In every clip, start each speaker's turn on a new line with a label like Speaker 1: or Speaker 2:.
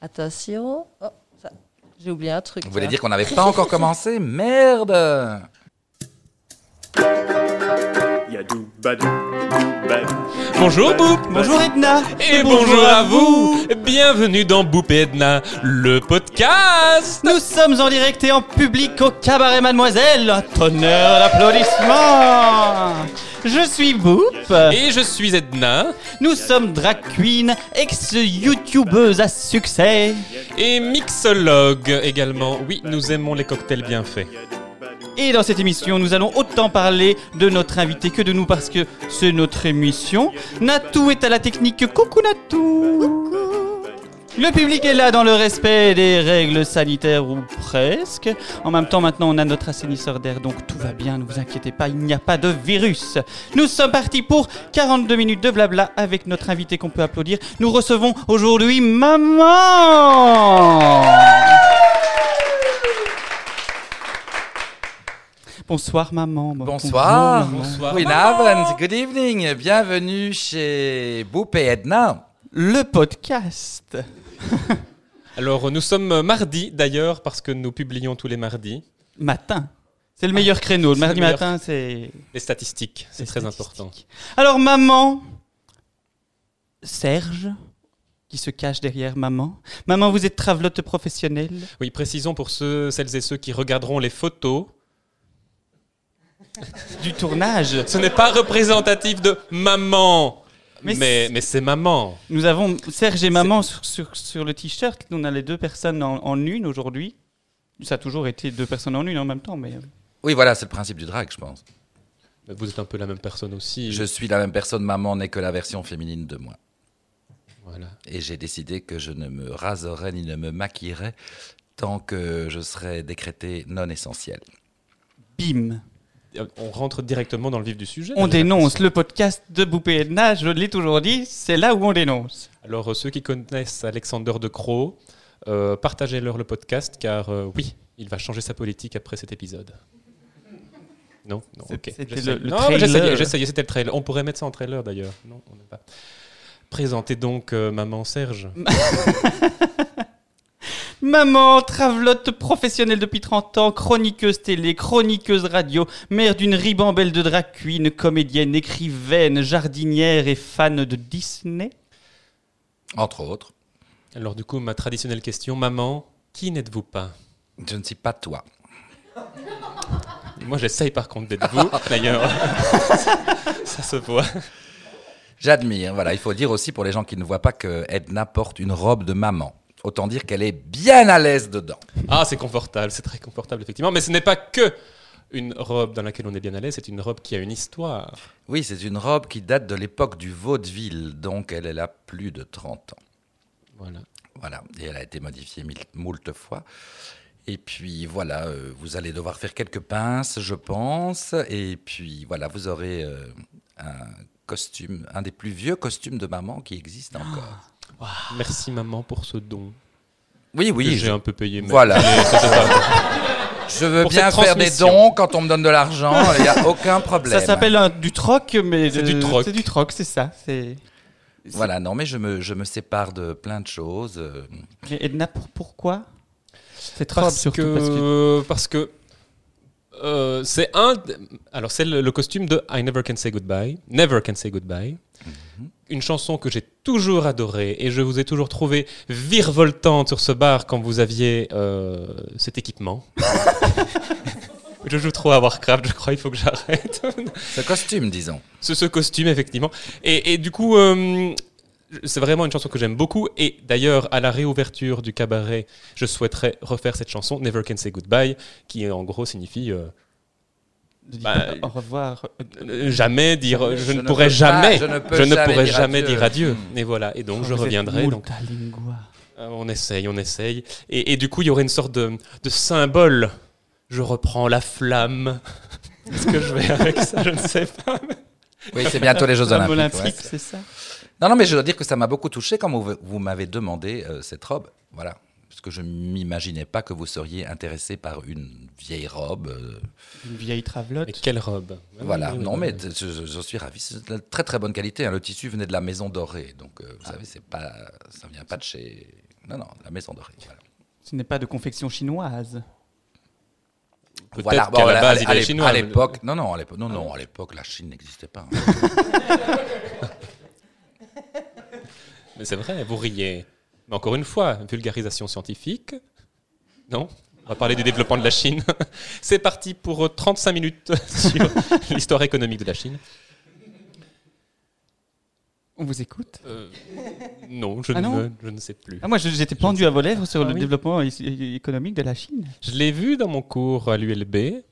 Speaker 1: Attention. Oh, ça- j'ai oublié un truc. hein.
Speaker 2: Vous voulez
Speaker 1: là.
Speaker 2: dire qu'on n'avait pas encore commencé Merde
Speaker 3: Yadou, badou, badou.
Speaker 4: Bonjour Boop
Speaker 5: Bonjour Edna
Speaker 4: Et bonjour à vous Bienvenue dans Boop et Edna, le podcast
Speaker 5: Nous sommes en direct et en public au cabaret Mademoiselle Un Tonnerre d'applaudissements Je suis Boop
Speaker 4: Et je suis Edna,
Speaker 5: Nous sommes drag queen, ex-youtubeuse à succès
Speaker 4: et mixologue également. Oui, nous aimons les cocktails bien faits.
Speaker 5: Et dans cette émission, nous allons autant parler de notre invité que de nous parce que c'est notre émission. Natou est à la technique. Coucou Natou Le public est là dans le respect des règles sanitaires ou presque. En même temps, maintenant, on a notre assainisseur d'air, donc tout va bien, ne vous inquiétez pas, il n'y a pas de virus. Nous sommes partis pour 42 minutes de blabla avec notre invité qu'on peut applaudir. Nous recevons aujourd'hui maman Bonsoir maman.
Speaker 2: Bonsoir.
Speaker 5: Bonjour, maman.
Speaker 4: Bonsoir.
Speaker 2: Good avond, good evening, bienvenue chez Boop et Edna.
Speaker 5: Le podcast.
Speaker 4: Alors, nous sommes mardi d'ailleurs, parce que nous publions tous les mardis
Speaker 5: Matin. C'est le meilleur créneau. Le
Speaker 4: C'est
Speaker 5: mardi
Speaker 4: le meilleur.
Speaker 5: matin, c'est.
Speaker 4: les statistiques, c'est
Speaker 5: Les
Speaker 4: très
Speaker 5: statistiques.
Speaker 4: important.
Speaker 5: Alors, maman. Serge, qui se cache derrière maman. Maman, vous êtes travelote professionnelle.
Speaker 4: Oui, précisons pour ceux, celles et ceux qui regarderont les photos,
Speaker 5: Du tournage.
Speaker 4: ce n'est pas représentatif de maman,
Speaker 5: Mais
Speaker 4: mais, mais,
Speaker 5: c'est-
Speaker 4: c'est maman.
Speaker 5: Nous avons Serge et maman sur, sur- sur le t-shirt. On a les deux personnes en, en une aujourd'hui. Ça a toujours été deux personnes en une en même temps, mais. euh,
Speaker 2: Oui, voilà, c'est le principe du drag, je pense.
Speaker 4: Vous êtes un peu la même personne aussi.
Speaker 2: Je suis la même personne, maman n'est que la version féminine de moi.
Speaker 4: Voilà.
Speaker 2: Et j'ai décidé que je ne me raserai ni ne me maquillerai tant que je serai décrété non essentiel.
Speaker 5: Bim.
Speaker 4: euh, On rentre directement dans le vif du sujet.
Speaker 5: On
Speaker 4: là, j'ai
Speaker 5: dénonce le podcast de Boupé Edna. Je l'ai toujours dit, c'est là où on dénonce.
Speaker 4: Alors, euh, ceux qui connaissent Alexander De Croo, euh, partagez-leur le podcast, car euh, oui, il va changer sa politique après cet épisode. Non, non,
Speaker 5: C'est-
Speaker 4: ok.
Speaker 5: c'était
Speaker 4: j'essaye.
Speaker 5: le- le
Speaker 4: Non, mais
Speaker 5: trailer.
Speaker 4: j'essayais, j'essayais, c'était le trailer. On pourrait mettre ça en trailer d'ailleurs. Non, on n'a pas. Présentez donc euh, Maman Serge.
Speaker 5: Maman, travelote professionnelle depuis 30 ans, chroniqueuse télé, chroniqueuse radio, mère d'une ribambelle de drag queen, comédienne, écrivaine, jardinière et fan de Disney.
Speaker 2: Entre autres,
Speaker 4: Alors, du coup, ma traditionnelle question, Maman, qui n'êtes-vous pas
Speaker 2: je ne suis pas toi.
Speaker 4: Moi, j'essaye par contre d'être vous, d'ailleurs. ça se voit.
Speaker 2: J'admire, voilà, il faut dire aussi pour les gens qui ne voient pas que Edna porte une robe de maman. Autant dire qu'elle est bien à l'aise dedans.
Speaker 4: Ah, c'est confortable, c'est très confortable, effectivement. Mais ce n'est pas que une robe dans laquelle on est bien à l'aise, c'est une robe qui a une histoire.
Speaker 2: Oui, c'est une robe qui date de l'époque du vaudeville, donc elle est là plus de 30 ans.
Speaker 4: Voilà.
Speaker 2: Voilà, et elle a été modifiée mille- moult fois. Et puis voilà, euh, vous allez devoir faire quelques pinces, je pense. Et puis voilà, vous aurez euh, un costume, un des plus vieux costumes de maman qui existe
Speaker 4: Ah,
Speaker 2: encore.
Speaker 4: Merci maman pour ce don.
Speaker 2: Oui,
Speaker 4: que
Speaker 2: oui,
Speaker 4: j'ai
Speaker 2: je,
Speaker 4: un peu payé. mais-
Speaker 2: Voilà.
Speaker 4: mais ça, c'est pas-
Speaker 2: je veux
Speaker 4: pour
Speaker 2: bien
Speaker 4: cette
Speaker 2: faire des
Speaker 4: transmission.
Speaker 2: dons quand on me donne de l'argent, il n'y a aucun problème.
Speaker 5: Ça s'appelle un- du troc, mais
Speaker 4: C'est
Speaker 5: de-
Speaker 4: du troc.
Speaker 5: C'est du troc, c'est ça. C'est.
Speaker 2: Voilà, non, mais je me, je me sépare de plein de choses. euh,
Speaker 5: Mais Edna, pour- pourquoi Cette robe
Speaker 4: Parce
Speaker 5: surtout parce que.
Speaker 4: que parce que euh, c'est un. Alors c'est le, le costume de I Never Can Say Goodbye. Never Can Say Goodbye. Une chanson que j'ai toujours adorée et je vous ai toujours trouvé virevoltante sur ce bar quand vous aviez euh, cet équipement. je joue trop à Warcraft, je crois, il faut que j'arrête.
Speaker 2: Ce costume, disons.
Speaker 4: ce, ce costume, effectivement. Et, et du coup, euh, c'est vraiment une chanson que j'aime beaucoup. Et d'ailleurs, à la réouverture du cabaret, je souhaiterais refaire cette chanson, Never Can Say Goodbye, qui en gros signifie euh,
Speaker 5: de dire
Speaker 4: bah,
Speaker 5: au revoir.
Speaker 4: euh, jamais dire, euh, je,
Speaker 2: Je
Speaker 4: ne
Speaker 2: ne
Speaker 4: pourrai
Speaker 2: peux
Speaker 4: jamais,
Speaker 2: pas, je ne peux jamais
Speaker 4: pourrai
Speaker 2: dire
Speaker 4: jamais
Speaker 2: adieu. Hmm.
Speaker 4: dire adieu. Et voilà, et donc
Speaker 5: Vous
Speaker 4: je
Speaker 5: êtes
Speaker 4: reviendrai. Donc,
Speaker 5: multilingua.
Speaker 4: euh, on essaye, on essaye. Et, et du coup, il y aurait une sorte de, de symbole. Je reprends la flamme. Est-ce que je vais avec ça Je ne sais pas.
Speaker 2: Oui, c'est bientôt les Jeux
Speaker 5: Flamme
Speaker 2: Olympiques.
Speaker 5: olympique,
Speaker 2: ouais.
Speaker 5: c'est ça.
Speaker 2: Non, non, mais je dois dire que ça m'a beaucoup touché quand vous, vous m'avez demandé euh, cette robe. Voilà. Parce que je m'imaginais pas que vous seriez intéressé par une vieille robe. euh,
Speaker 5: Une vieille travelotte.
Speaker 4: Mais quelle robe
Speaker 2: voilà.
Speaker 4: Ah Oui, oui,
Speaker 2: non,
Speaker 4: oui.
Speaker 2: mais t- je, je- je suis ravi. C'est de
Speaker 4: Ah.
Speaker 2: très, très bonne qualité. hein. Le tissu venait de la Maison Dorée. Donc, euh, vous savez, c'est pas, ça vient pas de chez Non, non, la maison dorée. Voilà.
Speaker 5: Ce n'est pas de confection chinoise.
Speaker 4: Peut-être
Speaker 2: Voilà,
Speaker 4: qu'à
Speaker 2: bon,
Speaker 4: la
Speaker 2: à-
Speaker 4: base,
Speaker 2: à-
Speaker 4: il
Speaker 2: à
Speaker 4: est
Speaker 2: l'ép-
Speaker 4: chinois.
Speaker 2: À
Speaker 4: mais- Ah
Speaker 2: l'époque, non, non, à l'époque, non, non, à l'époque, la Chine n'existait pas. hein.
Speaker 4: Mais c'est vrai, vous riez. Mais encore une fois, vulgarisation scientifique. Non On va parler du développement de la Chine. C'est parti pour euh, 35 minutes sur l'histoire économique de la Chine.
Speaker 5: On vous écoute
Speaker 4: Euh, non, je,
Speaker 5: Ah
Speaker 4: ne,
Speaker 5: non
Speaker 4: je ne sais plus.
Speaker 5: ah, Moi, je- j'étais pendu à vos lèvres sur
Speaker 4: Ah
Speaker 5: le
Speaker 4: oui.
Speaker 5: développement é- économique de la Chine.
Speaker 4: Je l'ai vu dans mon cours à l'ULB.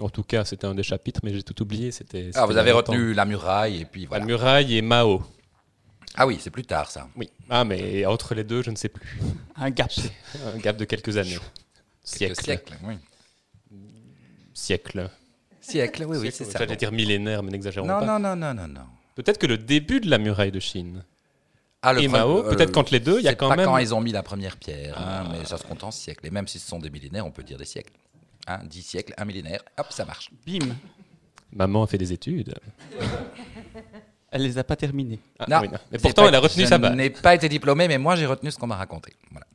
Speaker 4: En tout cas, c'était un des chapitres, mais j'ai tout oublié. C'était.
Speaker 2: Ah,
Speaker 4: c'était
Speaker 2: vous
Speaker 4: il y a
Speaker 2: avez
Speaker 4: longtemps.
Speaker 2: retenu la muraille et puis
Speaker 4: La
Speaker 2: voilà.
Speaker 4: muraille et Mao.
Speaker 2: Ah oui, c'est plus tard ça.
Speaker 4: Oui. Ah, mais entre les deux, je ne sais plus.
Speaker 5: Un gap.
Speaker 4: Un gap de quelques années.
Speaker 2: Quelques
Speaker 4: Siècle. Siècle.
Speaker 2: siècles, oui.
Speaker 4: Siècle.
Speaker 2: Siècle, oui, oui, c'est ça.
Speaker 4: J'allais
Speaker 2: bon.
Speaker 4: dire millénaire, mais n'exagérons
Speaker 2: Non,
Speaker 4: pas.
Speaker 2: non, non, non, non, non.
Speaker 4: Peut-être que le début de la muraille de Chine
Speaker 2: Ah,
Speaker 4: et
Speaker 2: pre-
Speaker 4: Mao,
Speaker 2: euh,
Speaker 4: peut-être qu'entre les deux, il y a
Speaker 2: c'est
Speaker 4: quand
Speaker 2: pas
Speaker 4: même.
Speaker 2: quand ils ont mis la première pierre, hein,
Speaker 4: Ah.
Speaker 2: mais ça se compte en siècles. Et même si ce sont des millénaires, on peut dire des siècles. Hein, dix siècles, un millénaire, hop, ça marche.
Speaker 5: Bim.
Speaker 4: Maman a fait des études.
Speaker 5: Elle les a pas terminés.
Speaker 4: Ah,
Speaker 2: Non,
Speaker 4: oui, non.
Speaker 2: j'ai
Speaker 4: Mais pourtant,
Speaker 2: pas-
Speaker 4: elle a retenu
Speaker 2: je
Speaker 4: sa base.
Speaker 2: n'ai pas été diplômé, mais moi, j'ai retenu ce qu'on m'a raconté. Voilà.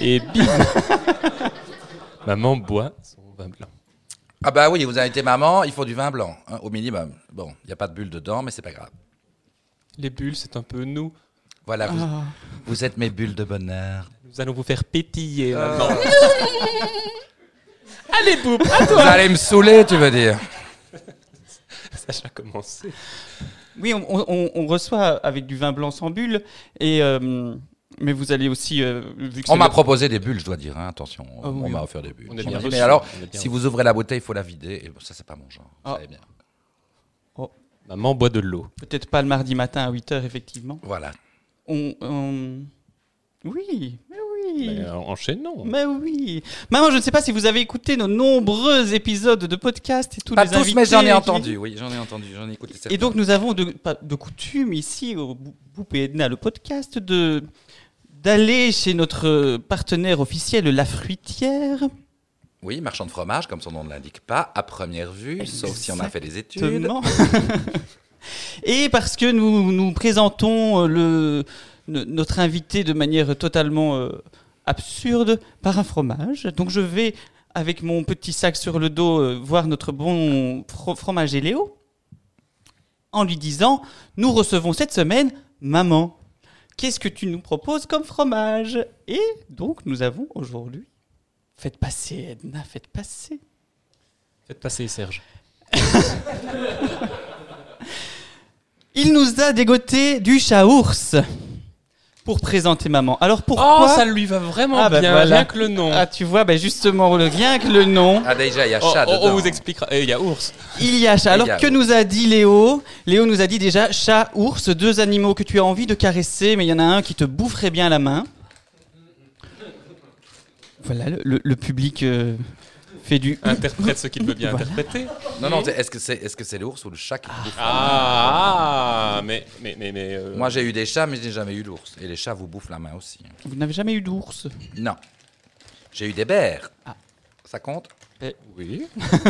Speaker 4: Et bim Maman boit son vin blanc.
Speaker 2: Ah bah oui, vous avez été maman, il faut du vin blanc, hein, au minimum. Bon, il n'y a pas de bulles dedans, mais c'est pas grave.
Speaker 4: Les bulles, c'est un peu nous.
Speaker 2: Voilà, vous,
Speaker 5: Ah.
Speaker 2: vous êtes mes bulles de bonheur.
Speaker 4: Nous allons vous faire pétiller
Speaker 2: Ah.
Speaker 4: maman. Allez, Boub, à
Speaker 2: Vous
Speaker 4: toi
Speaker 2: allez me saouler, tu veux dire
Speaker 4: Ça a commencé.
Speaker 5: Oui, on, on- on- on reçoit avec du vin blanc sans bulle. Et, euh, mais vous allez aussi. euh, vu que
Speaker 2: On
Speaker 5: c'est
Speaker 2: m'a
Speaker 5: le-
Speaker 2: proposé des bulles, je dois dire, hein, attention.
Speaker 5: Ah oui,
Speaker 2: on m'a
Speaker 5: oui.
Speaker 2: offert des bulles.
Speaker 4: On est
Speaker 2: On
Speaker 4: bien
Speaker 2: m'a dit,
Speaker 4: reçu,
Speaker 2: mais alors,
Speaker 4: on est bien
Speaker 2: si vous ouvrez la bouteille, il faut la vider. Et bon, ça, c'est pas mon genre. vous
Speaker 5: Ah.
Speaker 2: savez bien.
Speaker 4: Maman boit de l'eau.
Speaker 5: Peut-être pas le mardi matin à 8h, effectivement.
Speaker 2: Voilà.
Speaker 5: On, on- Oui, mais oui.
Speaker 4: Mais, euh, Enchaînons.
Speaker 5: Mais oui. Maman, je ne sais pas si vous avez écouté nos nombreux épisodes de podcast et tous
Speaker 2: Pas
Speaker 5: les
Speaker 2: tous,
Speaker 5: invités.
Speaker 2: mais j'en
Speaker 5: qui-
Speaker 2: ai entendu. Oui, j'en ai entendu. J'en ai écouté
Speaker 5: Et
Speaker 2: certains.
Speaker 5: donc nous avons de, pas de coutume ici au Bou- Boop et Edna, le podcast, de d'aller chez notre partenaire officiel, la fruitière.
Speaker 2: Oui, marchand de fromage, comme son nom ne l'indique pas, à première vue, sauf si on a fait des études.
Speaker 5: Exactement. Et parce que nous nous présentons euh, le, no- notre invité de manière totalement euh, absurde par un fromage. Donc je vais, avec mon petit sac sur le dos, euh, voir notre bon fro- fromager Léo en lui disant Nous recevons cette semaine maman. Qu'est-ce que tu nous proposes comme fromage Et donc nous avons aujourd'hui. Faites passer, Edna, faites passer.
Speaker 4: Faites passer, Serge.
Speaker 5: Il nous a dégoté du chaours pour présenter maman. Alors pourquoi
Speaker 4: oh, ça lui va vraiment
Speaker 5: Ah, bah
Speaker 4: bien,
Speaker 5: voilà.
Speaker 4: rien que le nom.
Speaker 5: Ah tu vois, bah justement, le- rien que le nom,
Speaker 2: Ah, déjà, il y a
Speaker 4: Oh,
Speaker 2: chat
Speaker 4: oh,
Speaker 2: dedans.
Speaker 4: on vous expliquera. Eh, Il y a ours.
Speaker 5: il y a chat. Alors
Speaker 2: Il y a
Speaker 5: que
Speaker 2: ours.
Speaker 5: nous a dit Léo Léo nous a dit déjà chat, ours, deux animaux que tu as envie de caresser, mais il y en a un qui te boufferait bien la main. Voilà, le, le- le public euh, fait du...
Speaker 4: Interprète ce qu'il veut bien
Speaker 5: Voilà.
Speaker 4: interpréter.
Speaker 2: Non, non, c'est- est-ce que c'est est -ce c'est l'ours ou le chat qui bouffe
Speaker 4: Ah, mais mais mais mais. euh,
Speaker 2: Moi, j'ai eu des chats, mais je n'ai jamais eu d'ours. Et les chats vous bouffent la main aussi. hein.
Speaker 5: Vous n'avez jamais eu d'ours
Speaker 2: Non. J'ai eu des bères.
Speaker 5: Ah.
Speaker 2: Ça compte
Speaker 4: oui.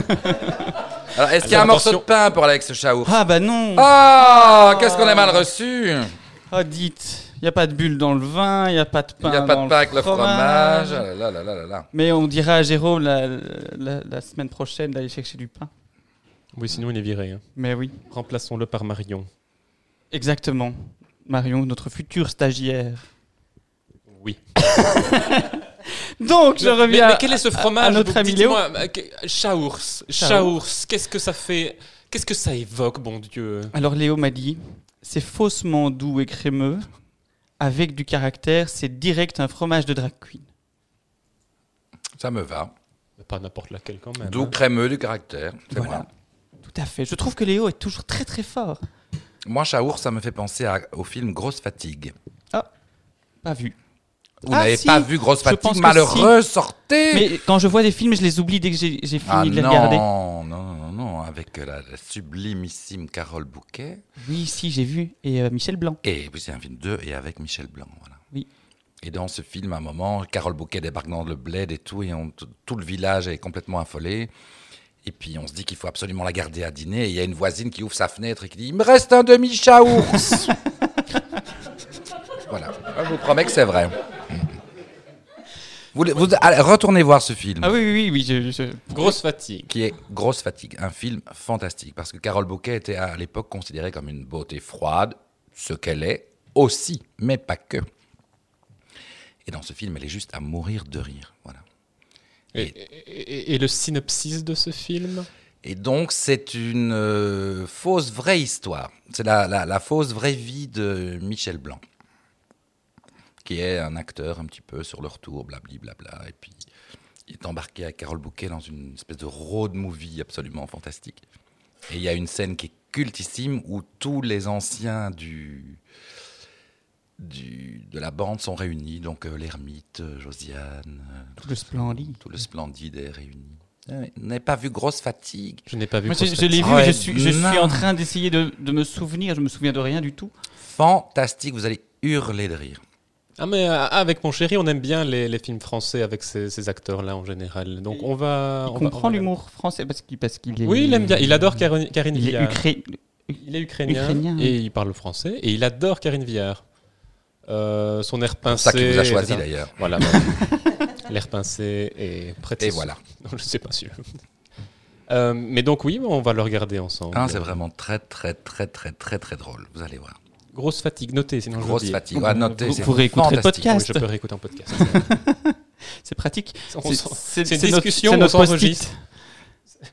Speaker 2: Alors, est-ce qu'il y a un
Speaker 4: Alors,
Speaker 2: morceau de
Speaker 4: attention.
Speaker 2: pain pour aller avec ce chat ours
Speaker 5: Ah bah non
Speaker 2: Ah, qu'est-ce qu'on est mal reçu
Speaker 5: Ah dites, il n'y a pas de bulle dans le vin, il n'y a pas de
Speaker 2: Il
Speaker 5: pain
Speaker 2: n'y a pas
Speaker 5: dans
Speaker 2: de pain avec le fromage. Ah Là, là, là, là, là.
Speaker 5: Mais on dira à Jérôme la, la- la semaine prochaine d'aller chercher du pain.
Speaker 4: Oui, sinon il est viré. hein.
Speaker 5: Mais oui,
Speaker 4: Remplaçons-le par Marion.
Speaker 5: exactement. Marion, notre future stagiaire.
Speaker 4: Oui.
Speaker 5: Donc, je reviens.
Speaker 4: Mais, quel est ce fromage
Speaker 5: notre
Speaker 4: donc,
Speaker 5: ami
Speaker 4: dites-moi, euh, que- Chaours.
Speaker 5: Chaours.
Speaker 4: Chaours. Qu'est-ce que ça fait Qu'est-ce que ça évoque, bon Dieu
Speaker 5: Alors, Léo m'a dit c'est faussement doux et crémeux, avec du caractère, c'est direct un fromage de drag queen.
Speaker 2: Ça me va.
Speaker 4: Pas n'importe laquelle quand même.
Speaker 2: Doux, crémeux, du caractère. C'est
Speaker 5: Eh ben. Voilà.
Speaker 2: moi.
Speaker 5: Tout à fait. Je trouve que Léo est toujours très très fort.
Speaker 2: Moi, chat ours, ça me fait penser à- au film Grosse Fatigue.
Speaker 5: Pas vu.
Speaker 2: Vous
Speaker 5: Ah,
Speaker 2: n'avez
Speaker 5: si.
Speaker 2: pas vu Grosse
Speaker 5: Je
Speaker 2: Fatigue
Speaker 5: pense que
Speaker 2: Malheureux, sortez
Speaker 5: Mais quand je vois des films, je les oublie dès que j'ai j'ai fini
Speaker 2: Ah
Speaker 5: de les
Speaker 2: non,
Speaker 5: regarder.
Speaker 2: non, non, non, non, avec la, la sublimissime Carole Bouquet.
Speaker 5: Oui, si, j'ai vu. Et euh, Michel Blanc.
Speaker 2: Et oui, c'est un film 2 et avec Michel Blanc, voilà.
Speaker 5: Oui.
Speaker 2: Et dans ce film, à un moment, Carole Bouquet débarque dans le bled et tout, et on- tout tout le village est complètement affolé. Et puis on se dit qu'il faut absolument la garder à dîner. Et il y a une voisine qui ouvre sa fenêtre et qui dit Il me reste un demi-chat ours Voilà. Je vous promets que c'est vrai. Vous, vous- allez, retournez voir ce film.
Speaker 5: Ah oui, oui, oui, oui, je- je-
Speaker 4: hein. Grosse fatigue.
Speaker 2: qui est Grosse Fatigue, un film fantastique, parce que Carole Bouquet était à l'époque considérée comme une beauté froide, ce qu'elle est aussi, mais pas que. Et dans ce film, elle est juste à mourir de rire. Voilà.
Speaker 4: Et, et- et- et le synopsis de ce film
Speaker 2: Et donc, c'est une euh, fausse vraie histoire. C'est la, la, la fausse vraie vie de Michel Blanc, qui est un acteur un petit peu sur le retour, blabli, blabla. Et puis, il est embarqué avec Carole Bouquet dans une espèce de road movie absolument fantastique. Et il y a une scène qui est cultissime où tous les anciens du, du, de la bande sont réunis. Donc, euh, l'ermite, euh, Josiane, euh,
Speaker 5: Tout le splendide.
Speaker 2: tout le splendide est réuni. Ah ouais, N'ai pas vu grosse fatigue.
Speaker 4: Je n'ai pas vu.
Speaker 5: Moi, je,
Speaker 4: Grosse
Speaker 5: je l'ai
Speaker 4: Fatigue.
Speaker 5: vu,
Speaker 2: Ouais,
Speaker 5: je suis, je suis
Speaker 2: non.
Speaker 5: en train d'essayer de, de me souvenir, je me souviens de rien du tout.
Speaker 2: fantastique. Vous allez hurler de rire.
Speaker 4: Ah, mais euh, avec mon chéri, on aime bien les, les films français avec ces, ces acteurs-là en général. Donc on va.
Speaker 5: Il
Speaker 4: Ah, on va- on
Speaker 5: comprend
Speaker 4: va-
Speaker 5: l'humour français parce qu'il parce qu'il est.
Speaker 4: Oui, il aime bien. Il adore Karine, Karine
Speaker 5: Il est
Speaker 4: Viard.
Speaker 5: ukrainien.
Speaker 4: Il est ukrainien,
Speaker 5: Ukrainien, oui.
Speaker 4: et il parle français et il adore Karine Viard. Euh, son air
Speaker 2: C'est
Speaker 4: pincé.
Speaker 2: ça qu'il vous a choisi
Speaker 4: etc.
Speaker 2: d'ailleurs.
Speaker 4: Voilà. L'air pincé et prêté.
Speaker 2: Et voilà.
Speaker 4: Non, je sais pas sûr. Euh, mais donc oui, on va le regarder ensemble.
Speaker 2: Hein, c'est vraiment très, très, très, très, très, très drôle. Vous allez voir.
Speaker 4: Grosse fatigue, notez, sinon je
Speaker 2: Grosse
Speaker 4: l'oublie. Ah
Speaker 2: fatigue. À noter,
Speaker 5: Vous
Speaker 2: c'est
Speaker 5: pourrez écouter le
Speaker 2: fantastique.
Speaker 5: podcast.
Speaker 4: Oui, je peux réécouter en podcast.
Speaker 5: C'est pratique.
Speaker 4: On
Speaker 5: C'est-
Speaker 4: s'en-
Speaker 5: C'est
Speaker 4: c'est une
Speaker 5: c'est notre-
Speaker 4: discussion,
Speaker 5: c'est
Speaker 4: on
Speaker 5: notre
Speaker 4: s'enregistre.
Speaker 5: post-it.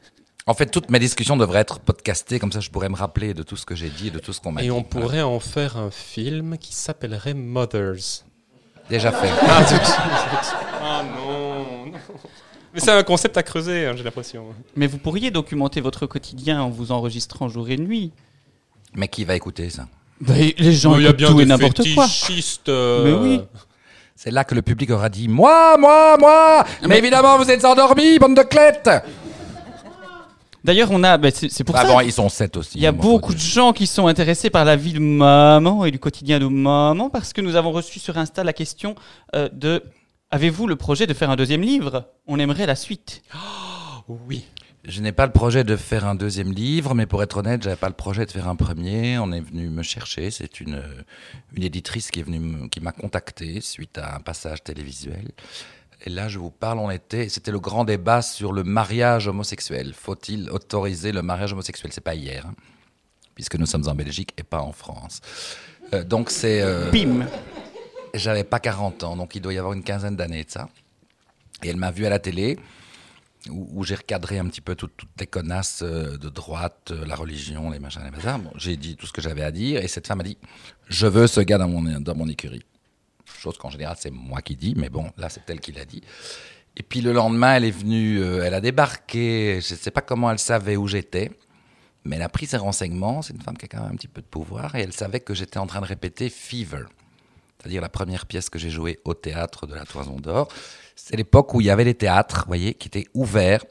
Speaker 2: En fait, toutes mes discussions devraient être podcastées. Comme ça, je pourrais me rappeler de tout ce que j'ai dit et de tout ce qu'on m'a dit.
Speaker 4: Et on
Speaker 2: Voilà.
Speaker 4: pourrait en faire un film qui s'appellerait Mothers.
Speaker 2: Déjà fait.
Speaker 4: Ah, zut, zut. Ah, non, non. Mais c'est un concept à creuser, hein, j'ai l'impression.
Speaker 5: Mais vous pourriez documenter votre quotidien en vous enregistrant jour et nuit.
Speaker 2: Mais qui va écouter ça
Speaker 5: Bah, les gens écoutent tout et n'importe quoi.
Speaker 4: euh,
Speaker 5: Mais oui.
Speaker 2: C'est là que le public aura dit Moi, moi, moi Mais, évidemment, vous êtes endormis, bande de clettes
Speaker 5: D'ailleurs, on a. bah, c'est c'est pour
Speaker 2: Ah
Speaker 5: ça.
Speaker 2: bon, ils sont sept aussi.
Speaker 5: Il y a
Speaker 2: moi,
Speaker 5: beaucoup
Speaker 2: faut
Speaker 5: de
Speaker 2: dire.
Speaker 5: gens qui sont intéressés par la vie de maman et du quotidien de maman parce que nous avons reçu sur Insta la question euh, de avez-vous le projet de faire un deuxième livre On aimerait la suite.
Speaker 4: Oui.
Speaker 2: Je n'ai pas le projet de faire un deuxième livre, mais pour être honnête, j'avais pas le projet de faire un premier. On est venu me chercher. C'est une, euh, une éditrice qui est venue, me- qui m'a contacté suite à un passage télévisuel. Et là, je vous parle, on était, c'était le grand débat sur le mariage homosexuel. Faut-il autoriser le mariage homosexuel C'est pas hier, hein, puisque nous sommes en Belgique et pas en France. Euh, donc c'est, euh,
Speaker 5: Bim
Speaker 2: j'avais pas 40 ans, donc il doit y avoir une quinzaine d'années de ça. Et elle m'a vu à la télé, où, où j'ai recadré un petit peu tout- toutes les connasses euh, de droite, euh, la religion, les machins, les bazars. Bon, j'ai dit tout ce que j'avais à dire, et cette femme a dit Je veux ce gars dans mon, dans mon écurie. Chose qu'en général, c'est moi qui dis, mais bon, là, c'est elle qui l'a dit. Et puis le lendemain, elle est venue, euh, elle a débarqué, je ne sais pas comment elle savait où j'étais. Mais elle a pris ses renseignements, c'est une femme qui a quand même un petit peu de pouvoir, et elle savait que j'étais en train de répéter Fever c'est-à-dire la première pièce que j'ai jouée au théâtre de la Toison d'Or. C'est l'époque où il y avait les théâtres, vous voyez, qui étaient ouverts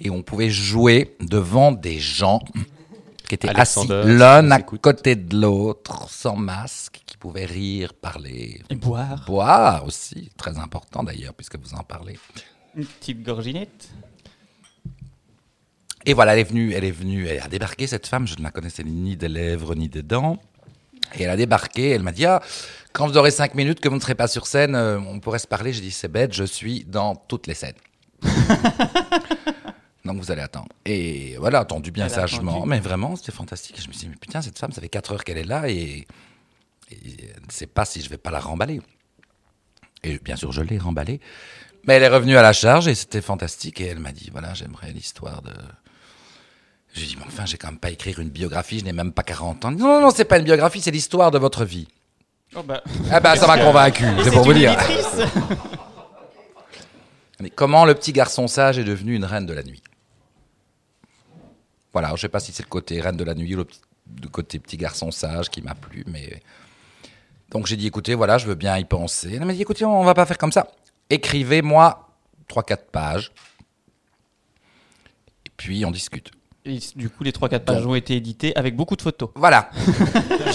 Speaker 2: et on pouvait jouer devant des gens qui étaient
Speaker 4: Alexander,
Speaker 2: assis
Speaker 4: si
Speaker 2: l'un
Speaker 4: vous
Speaker 2: à
Speaker 4: écoutez.
Speaker 2: côté de l'autre, sans masque, qui pouvaient rire, parler,
Speaker 5: Et boire
Speaker 2: boire aussi, très important d'ailleurs, puisque vous en parlez.
Speaker 5: une petite gorginette.
Speaker 2: Et voilà, elle est venue, elle est venue, elle a débarqué cette femme, je ne la connaissais ni des lèvres ni des dents. Et elle a débarqué, elle m'a dit ah, quand vous aurez cinq minutes, que vous ne serez pas sur scène, euh, on pourrait se parler. J'ai dit c'est bête, je suis dans toutes les scènes. Donc vous allez attendre. Et voilà, attendu bien
Speaker 5: Elle a
Speaker 2: sagement,
Speaker 5: attendu.
Speaker 2: mais vraiment c'était fantastique. Je me suis dit mais putain cette femme, ça fait quatre heures qu'elle est là et, et elle ne sait pas si je vais pas la remballer. Et bien sûr, je l'ai remballée. Mais elle est revenue à la charge et c'était fantastique. Et elle m'a dit, voilà, j'aimerais l'histoire de... J'ai dit, mais enfin, j'ai quand même pas écrire une biographie, je n'ai même pas 40 ans. Non, non, non, c'est pas une biographie, c'est l'histoire de votre vie.
Speaker 5: Oh bah.
Speaker 2: Ah ben, ça m'a convaincu,
Speaker 5: Et
Speaker 2: c'est pour
Speaker 5: une
Speaker 2: vous dire.
Speaker 5: éditrice.
Speaker 2: Mais comment le petit garçon sage est devenu une reine de la nuit Voilà, je sais pas si c'est le côté reine de la nuit ou le, petit- le côté petit garçon sage qui m'a plu, mais... Donc j'ai dit, écoutez, voilà, je veux bien y penser. Elle m'a dit, écoutez, on va pas faire comme ça. Écrivez-moi 3-4 pages. Et puis on discute.
Speaker 5: Et du coup, les 3-4 pages ont été éditées avec beaucoup de photos.
Speaker 2: Voilà.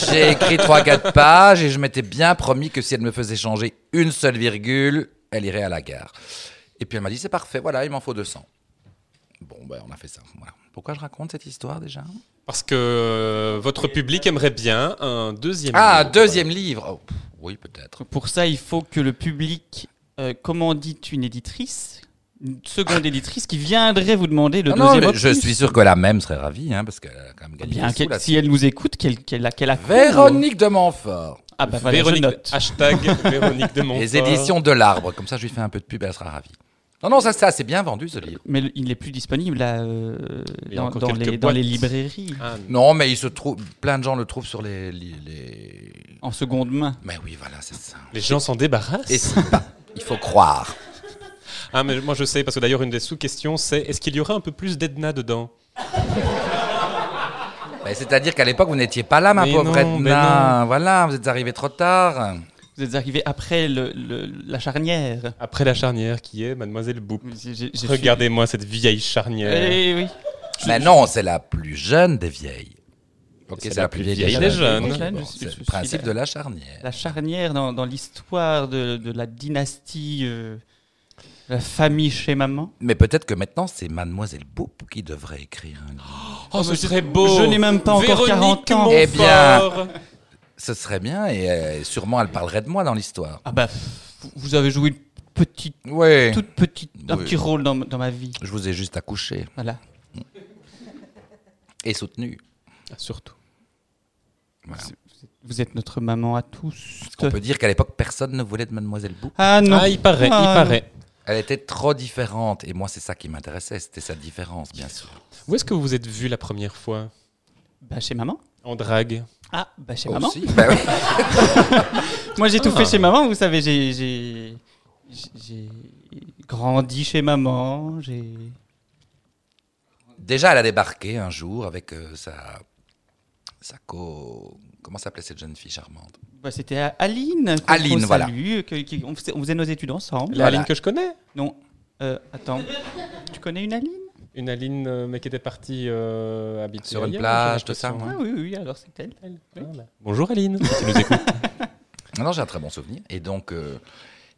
Speaker 2: J'ai écrit 3-4 pages et je m'étais bien promis que si elle me faisait changer une seule virgule, elle irait à la gare. Et puis elle m'a dit c'est parfait, voilà, il m'en faut 200. Bon, ben on a fait ça. Voilà. Pourquoi je raconte cette histoire déjà
Speaker 4: Parce que euh, votre public aimerait bien un deuxième.
Speaker 2: Ah,
Speaker 4: livre.
Speaker 2: deuxième livre. Oh, pff, Oui, peut-être.
Speaker 5: Pour ça, il faut que le public euh, commandite une éditrice, une seconde éditrice qui viendrait vous demander de
Speaker 2: Ah
Speaker 5: doser
Speaker 2: non, mais
Speaker 5: votre
Speaker 2: je
Speaker 5: plus.
Speaker 2: suis sûr que la même serait ravie, hein, parce qu'elle a quand même
Speaker 5: Eh
Speaker 2: gagné.
Speaker 5: Bien,
Speaker 2: des sous,
Speaker 5: qu'elle-
Speaker 2: là.
Speaker 5: si elle nous écoute, qu'elle qu'elle a- qu'elle a
Speaker 2: Véronique de Montfort.
Speaker 5: Ah bah voilà,
Speaker 4: Véronique,
Speaker 5: je note.
Speaker 4: hashtag Véronique de Montfort.
Speaker 2: Les éditions de l'arbre. Comme ça, je lui fais un peu de pub, elle sera ravie. Non, non, ça, ça c'est bien vendu ce livre.
Speaker 5: Mais le- il n'est plus disponible là, euh,
Speaker 4: Il y a
Speaker 5: dans,
Speaker 4: encore
Speaker 5: dans
Speaker 4: quelques
Speaker 5: les, dans les
Speaker 4: boîtes.
Speaker 5: librairies
Speaker 4: Ah,
Speaker 2: Non, mais il se trouve, plein de gens le trouvent sur les, les, les-
Speaker 5: en seconde main.
Speaker 2: Mais oui, voilà, c'est ça.
Speaker 4: les gens s'en débarrassent.
Speaker 2: Et si pas, il faut croire.
Speaker 4: Ah, mais moi je sais, parce que d'ailleurs, une des sous-questions, c'est est-ce qu'il y aurait un peu plus d'Edna dedans
Speaker 2: Mais C'est-à-dire qu'à l'époque, vous n'étiez pas là, ma
Speaker 4: Mais
Speaker 2: pauvre
Speaker 4: non, mais
Speaker 2: Edna. Voilà, vous êtes arrivé trop tard.
Speaker 5: Vous êtes arrivé après le- le- la charnière.
Speaker 4: Après la charnière, qui est Mademoiselle Boop.
Speaker 5: J'ai- j'ai- j'ai
Speaker 4: Regardez-moi cette vieille
Speaker 5: su-
Speaker 4: charnière.
Speaker 5: Eh oui.
Speaker 2: Mais non, c'est la plus jeune des vieilles. Ok,
Speaker 4: C'est la plus vieille
Speaker 5: des
Speaker 2: jeunes.
Speaker 5: jeunes.
Speaker 2: Bon,
Speaker 5: Je suis-
Speaker 2: c'est
Speaker 5: je suis
Speaker 2: le principe
Speaker 5: là.
Speaker 2: de la charnière.
Speaker 5: La charnière dans, dans l'histoire de, de la dynastie, euh, la famille chez maman.
Speaker 2: Mais peut-être que maintenant, c'est Mademoiselle Boop qui devrait écrire un livre.
Speaker 4: Oh, ce serait beau
Speaker 5: je n'ai même pas encore
Speaker 4: Véronique
Speaker 5: 40 ans.
Speaker 4: Montfort.
Speaker 2: Eh bien. Ce serait bien et euh, sûrement elle parlerait de moi dans l'histoire.
Speaker 5: Ah bah, vous- vous avez joué une petite,
Speaker 2: Oui.
Speaker 5: toute petite, un
Speaker 2: Oui.
Speaker 5: petit rôle dans, dans ma vie.
Speaker 2: Je vous ai juste accouché
Speaker 5: Voilà.
Speaker 2: et soutenu.
Speaker 4: Ah, surtout.
Speaker 2: Voilà.
Speaker 5: Vous êtes notre maman à tous.
Speaker 2: On peut dire qu'à l'époque, personne ne voulait de Mademoiselle Boop.
Speaker 5: Ah non.
Speaker 4: Ah, il paraît,
Speaker 5: Ah,
Speaker 4: il paraît.
Speaker 2: Elle était trop différente et moi, c'est ça qui m'intéressait. C'était sa différence, bien sûr.
Speaker 4: Où est-ce que vous êtes vu la première fois
Speaker 5: Bah chez maman.
Speaker 4: En drague
Speaker 5: Ah, bah chez
Speaker 2: Oh,
Speaker 5: maman.
Speaker 2: si. Bah oui.
Speaker 5: Moi j'ai tout
Speaker 4: Ah.
Speaker 5: fait chez maman, vous savez, j'ai- j'ai j'ai- j'ai grandi chez maman, j'ai
Speaker 2: Déjà, elle a débarqué un jour avec euh, sa. sa co. Comment s'appelait cette jeune fille charmante
Speaker 5: bah, c'était à- Aline. qu'on-
Speaker 2: Aline,
Speaker 5: qu'on
Speaker 2: voilà.
Speaker 5: salue, que- qui- on, faisait, on faisait nos études ensemble.
Speaker 4: La
Speaker 2: Voilà.
Speaker 4: Aline que je connais
Speaker 5: Non, euh, attends. Tu connais une Aline
Speaker 4: Une Aline, euh, mais qui était partie euh, habiter
Speaker 2: Sur une
Speaker 4: ailleurs,
Speaker 2: plage,
Speaker 4: j'ai
Speaker 2: tout ça,
Speaker 4: l'impression,
Speaker 5: Ah oui, oui, oui, alors c'est elle.
Speaker 4: hein. Voilà. Bonjour Aline, si tu nous écoutes.
Speaker 2: Ah Non, non, j'ai un très bon souvenir. Et donc, euh,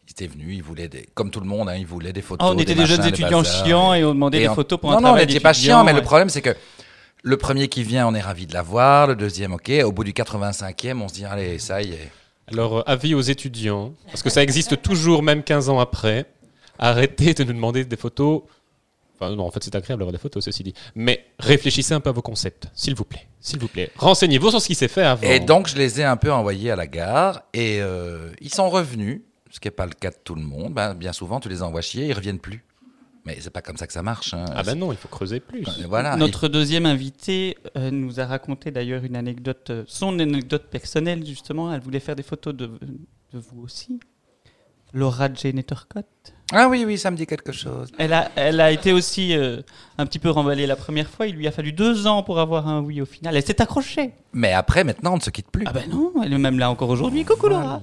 Speaker 2: il était venu, il voulait des. Comme tout le monde, hein, il voulait des photos.
Speaker 5: Ah, on était des jeunes
Speaker 2: machins, des
Speaker 5: étudiants
Speaker 2: bazars.
Speaker 5: chiants et on demandait
Speaker 2: Et
Speaker 5: des
Speaker 2: en-
Speaker 5: photos pour
Speaker 2: non,
Speaker 5: un
Speaker 2: non, on
Speaker 5: travail
Speaker 2: n'était pas
Speaker 5: d'étudiant,
Speaker 2: chiant, mais le
Speaker 5: ouais.
Speaker 2: problème, c'est que le premier qui vient, on est ravi de l'avoir. Le deuxième, ok. Au bout du 85e, on se dit, allez, ça y est.
Speaker 4: Alors, euh, avis aux étudiants, parce que ça existe toujours, même 15 ans après, arrêtez de nous demander des photos. Enfin, non, en fait, c'est agréable d'avoir des photos, ceci dit. Mais réfléchissez un peu à vos concepts, s'il vous plaît. S'il vous plaît. Renseignez-vous sur ce qui s'est fait avant.
Speaker 2: Et donc, je les ai un peu envoyés à la gare et euh, ils sont revenus, ce qui n'est pas le cas de tout le monde. Ben, bien souvent, tu les envoies chier, ils reviennent plus. Mais c'est pas comme ça que ça marche. hein.
Speaker 4: Ah ben non, il faut creuser plus.
Speaker 2: Euh, Voilà.
Speaker 5: Notre deuxième invité euh, nous a raconté d'ailleurs une anecdote, euh, son anecdote personnelle justement. Elle voulait faire des photos de, de vous aussi. Laura Jane Turcotte.
Speaker 2: Et- Ah oui, oui, ça me dit quelque chose.
Speaker 5: Elle a, elle a été aussi euh, un petit peu remballée la première fois. Il lui a fallu deux ans pour avoir un oui au final. Elle s'est accrochée.
Speaker 2: Mais après, maintenant, on ne se quitte plus.
Speaker 5: Ah ben non, elle est même là encore aujourd'hui. Coucou Laura.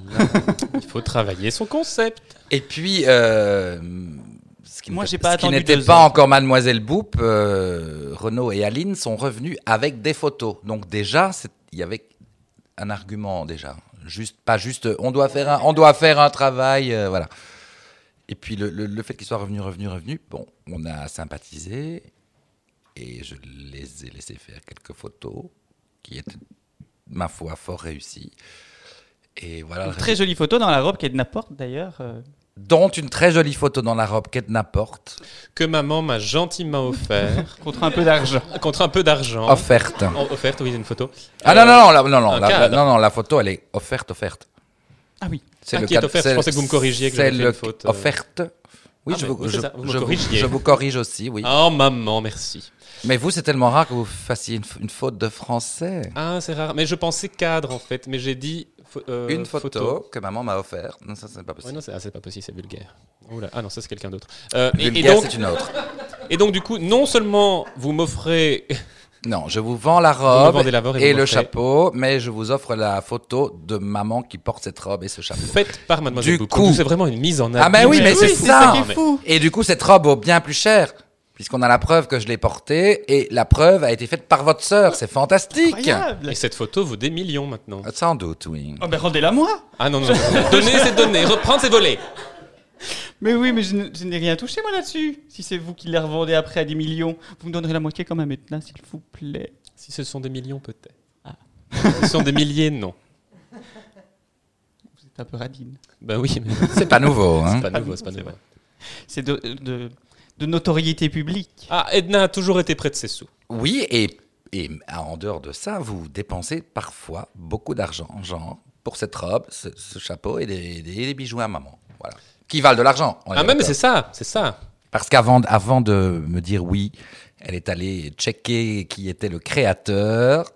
Speaker 4: Il faut travailler son concept.
Speaker 2: Et puis, euh, ce qui
Speaker 5: Moi,
Speaker 2: n'était-
Speaker 5: j'ai pas
Speaker 2: ce qui
Speaker 5: attendu
Speaker 2: n'était
Speaker 5: deux
Speaker 2: pas
Speaker 5: ans.
Speaker 2: encore Mademoiselle Boop, euh, Renaud et Aline sont revenus avec des photos. Donc déjà, c'est- il y avait un argument déjà, juste pas juste. euh, On doit faire un, on doit faire un travail, euh, voilà. Et puis le, le- le fait qu'ils soient revenus, revenus, revenus, bon, on a sympathisé et je les ai laissés faire quelques photos qui étaient, ma foi, fort réussies. Et voilà.
Speaker 5: Une
Speaker 2: le
Speaker 5: très jolie photo dans la robe qu'elle n'apporte d'ailleurs. euh.
Speaker 2: dont une très jolie photo dans la robe qu'Edna porte,
Speaker 4: Que maman m'a gentiment offert,
Speaker 5: contre un peu d'argent.
Speaker 4: contre un peu d'argent.
Speaker 2: offerte.
Speaker 4: Oh, offerte, oui, une photo.
Speaker 2: Ah non, non, non, la, non, non,
Speaker 4: un
Speaker 2: la-
Speaker 4: cadre.
Speaker 2: non, non, la photo, elle est offerte, offerte.
Speaker 5: Ah oui.
Speaker 2: C'est
Speaker 4: Ah, qui est
Speaker 2: cadre-
Speaker 4: offerte, je
Speaker 2: c'est-
Speaker 4: pensais que vous me corrigiez, que j'avais
Speaker 2: c'est
Speaker 4: fait
Speaker 2: le-
Speaker 4: une faute, euh.
Speaker 2: Offerte. Oui,
Speaker 4: Ah,
Speaker 2: je,
Speaker 4: mais
Speaker 2: vous,
Speaker 4: oui, c'est
Speaker 2: je-
Speaker 4: ça, vous me
Speaker 2: je-
Speaker 4: corrigiez.
Speaker 2: je vous corrige aussi, oui.
Speaker 4: Oh maman, merci.
Speaker 2: Mais vous, c'est tellement rare que vous fassiez une, f- une faute de français.
Speaker 4: Ah, c'est rare. Mais je pensais cadre, en fait. Mais j'ai dit... pho- euh,
Speaker 2: une photo, que maman m'a offerte. Non, ça, c'est pas
Speaker 4: Ouais,
Speaker 2: possible.
Speaker 4: non, c'est ah, c'est pas possible, c'est vulgaire. Oula, Ah non, ça c'est quelqu'un d'autre. Euh, et, et
Speaker 2: Vulgaire,
Speaker 4: donc,
Speaker 2: c'est une autre.
Speaker 4: et donc, du coup, non seulement vous m'offrez.
Speaker 2: Non, je vous vends la
Speaker 4: me
Speaker 2: robe
Speaker 4: vendez la robe et
Speaker 2: et
Speaker 4: vous
Speaker 2: le
Speaker 4: m'offrez-
Speaker 2: chapeau, mais je vous offre la photo de maman qui porte cette robe et ce chapeau.
Speaker 4: faite par Mademoiselle
Speaker 2: Du
Speaker 4: Boop.
Speaker 2: coup-
Speaker 4: Donc, C'est vraiment une mise en
Speaker 2: Ah ben
Speaker 4: abîme.
Speaker 2: oui, mais
Speaker 5: Eh oui,
Speaker 2: c'est
Speaker 5: c'est
Speaker 2: ça.
Speaker 5: ça qui est fou.
Speaker 2: Et du coup, cette robe vaut bien plus cher, puisqu'on a la preuve que je l'ai portée, et la preuve a été faite par votre sœur. C'est fantastique.
Speaker 5: Incroyable.
Speaker 4: Et cette photo vaut des millions maintenant.
Speaker 2: Sans doute, oui.
Speaker 5: Oh ben rendez-la moi.
Speaker 4: Ah non, non, non. donner, c'est donner. Reprendre, c'est voler.
Speaker 5: Mais oui, mais je n- je n'ai rien touché moi là-dessus. Si c'est vous qui les revendez après à des millions, vous me donnerez la moitié quand même maintenant, s'il vous plaît.
Speaker 4: Si Ah. ce sont des millions, peut-être. Si ce sont des milliers, non.
Speaker 5: C'est un peu radine.
Speaker 4: Ben oui, mais
Speaker 2: C'est pas nouveau. Hein.
Speaker 4: c'est pas nouveau, c'est pas nouveau.
Speaker 5: C'est de, de, de notoriété publique.
Speaker 4: Ah, Edna a toujours été près de ses sous.
Speaker 2: Oui, et, et en dehors de ça, vous dépensez parfois beaucoup d'argent, genre pour cette robe, ce, ce chapeau et des, des- des bijoux à maman. Voilà. Qui valent de l'argent. on est
Speaker 4: Ah, mais mais
Speaker 2: d'accord.
Speaker 4: c'est ça, c'est ça.
Speaker 2: Parce qu'avant avant de me dire oui, elle est allée checker qui était le créateur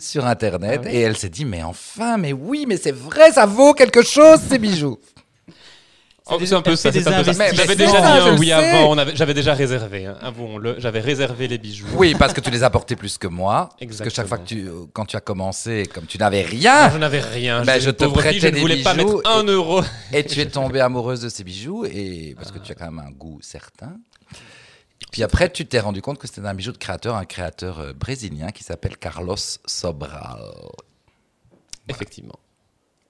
Speaker 2: sur Internet et elle s'est dit mais enfin, mais oui, mais c'est vrai, ça vaut quelque chose ces bijoux.
Speaker 4: Oh,
Speaker 5: des-
Speaker 4: C'est un peu
Speaker 5: elle
Speaker 4: ça,
Speaker 5: fait
Speaker 4: c'est
Speaker 5: des
Speaker 4: un peu ça.
Speaker 5: investissements.
Speaker 4: J'avais
Speaker 2: Mais
Speaker 4: déjà
Speaker 2: ça,
Speaker 4: dit
Speaker 2: je
Speaker 4: un
Speaker 2: le
Speaker 4: oui
Speaker 2: sais.
Speaker 4: avant, on avait- j'avais déjà réservé, hein, avouons-le, j'avais réservé les bijoux.
Speaker 2: Oui, parce que tu les as portés plus que moi. Parce que chaque
Speaker 4: Exactement.
Speaker 2: fois que tu, quand tu as commencé, comme tu n'avais
Speaker 4: Moi,
Speaker 2: rien,
Speaker 4: je n'avais rien.
Speaker 2: Ben,
Speaker 4: J'étais
Speaker 2: je
Speaker 4: une
Speaker 2: te
Speaker 4: pauvre fille,
Speaker 2: prêtais
Speaker 4: je ne
Speaker 2: des
Speaker 4: voulais pas
Speaker 2: bijoux
Speaker 4: mettre un euro.
Speaker 2: Et tu es tombée amoureuse de ces bijoux, et parce que tu as quand même un goût certain. Et puis après, tu t'es rendu compte que c'était un bijou de créateur, un créateur euh, brésilien qui s'appelle Carlos Sobral.
Speaker 4: Effectivement.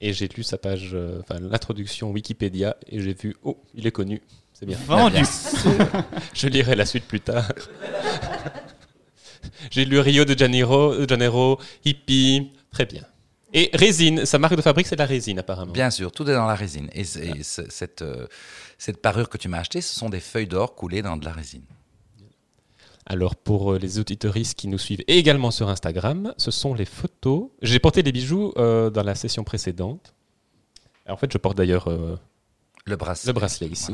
Speaker 4: Et j'ai lu sa page, euh, enfin l'introduction Wikipédia, et j'ai vu, oh, il est connu, c'est bien.
Speaker 5: Vendu.
Speaker 4: Je lirai la suite plus tard. j'ai lu Rio de Janeiro, de Janeiro, hippie, très bien. Et résine, sa marque de fabrique, c'est de la résine apparemment.
Speaker 2: Bien sûr, tout est dans la résine. Et, c- et c- cette, euh, cette parure que tu m'as achetée, ce sont des feuilles d'or coulées dans de la résine.
Speaker 4: Alors pour euh, les auditoristes qui nous suivent et également sur Instagram, ce sont les photos. J'ai porté les bijoux euh, dans la session précédente. Alors, en fait, je porte d'ailleurs euh,
Speaker 2: Le bracelet.
Speaker 4: le bracelet ici.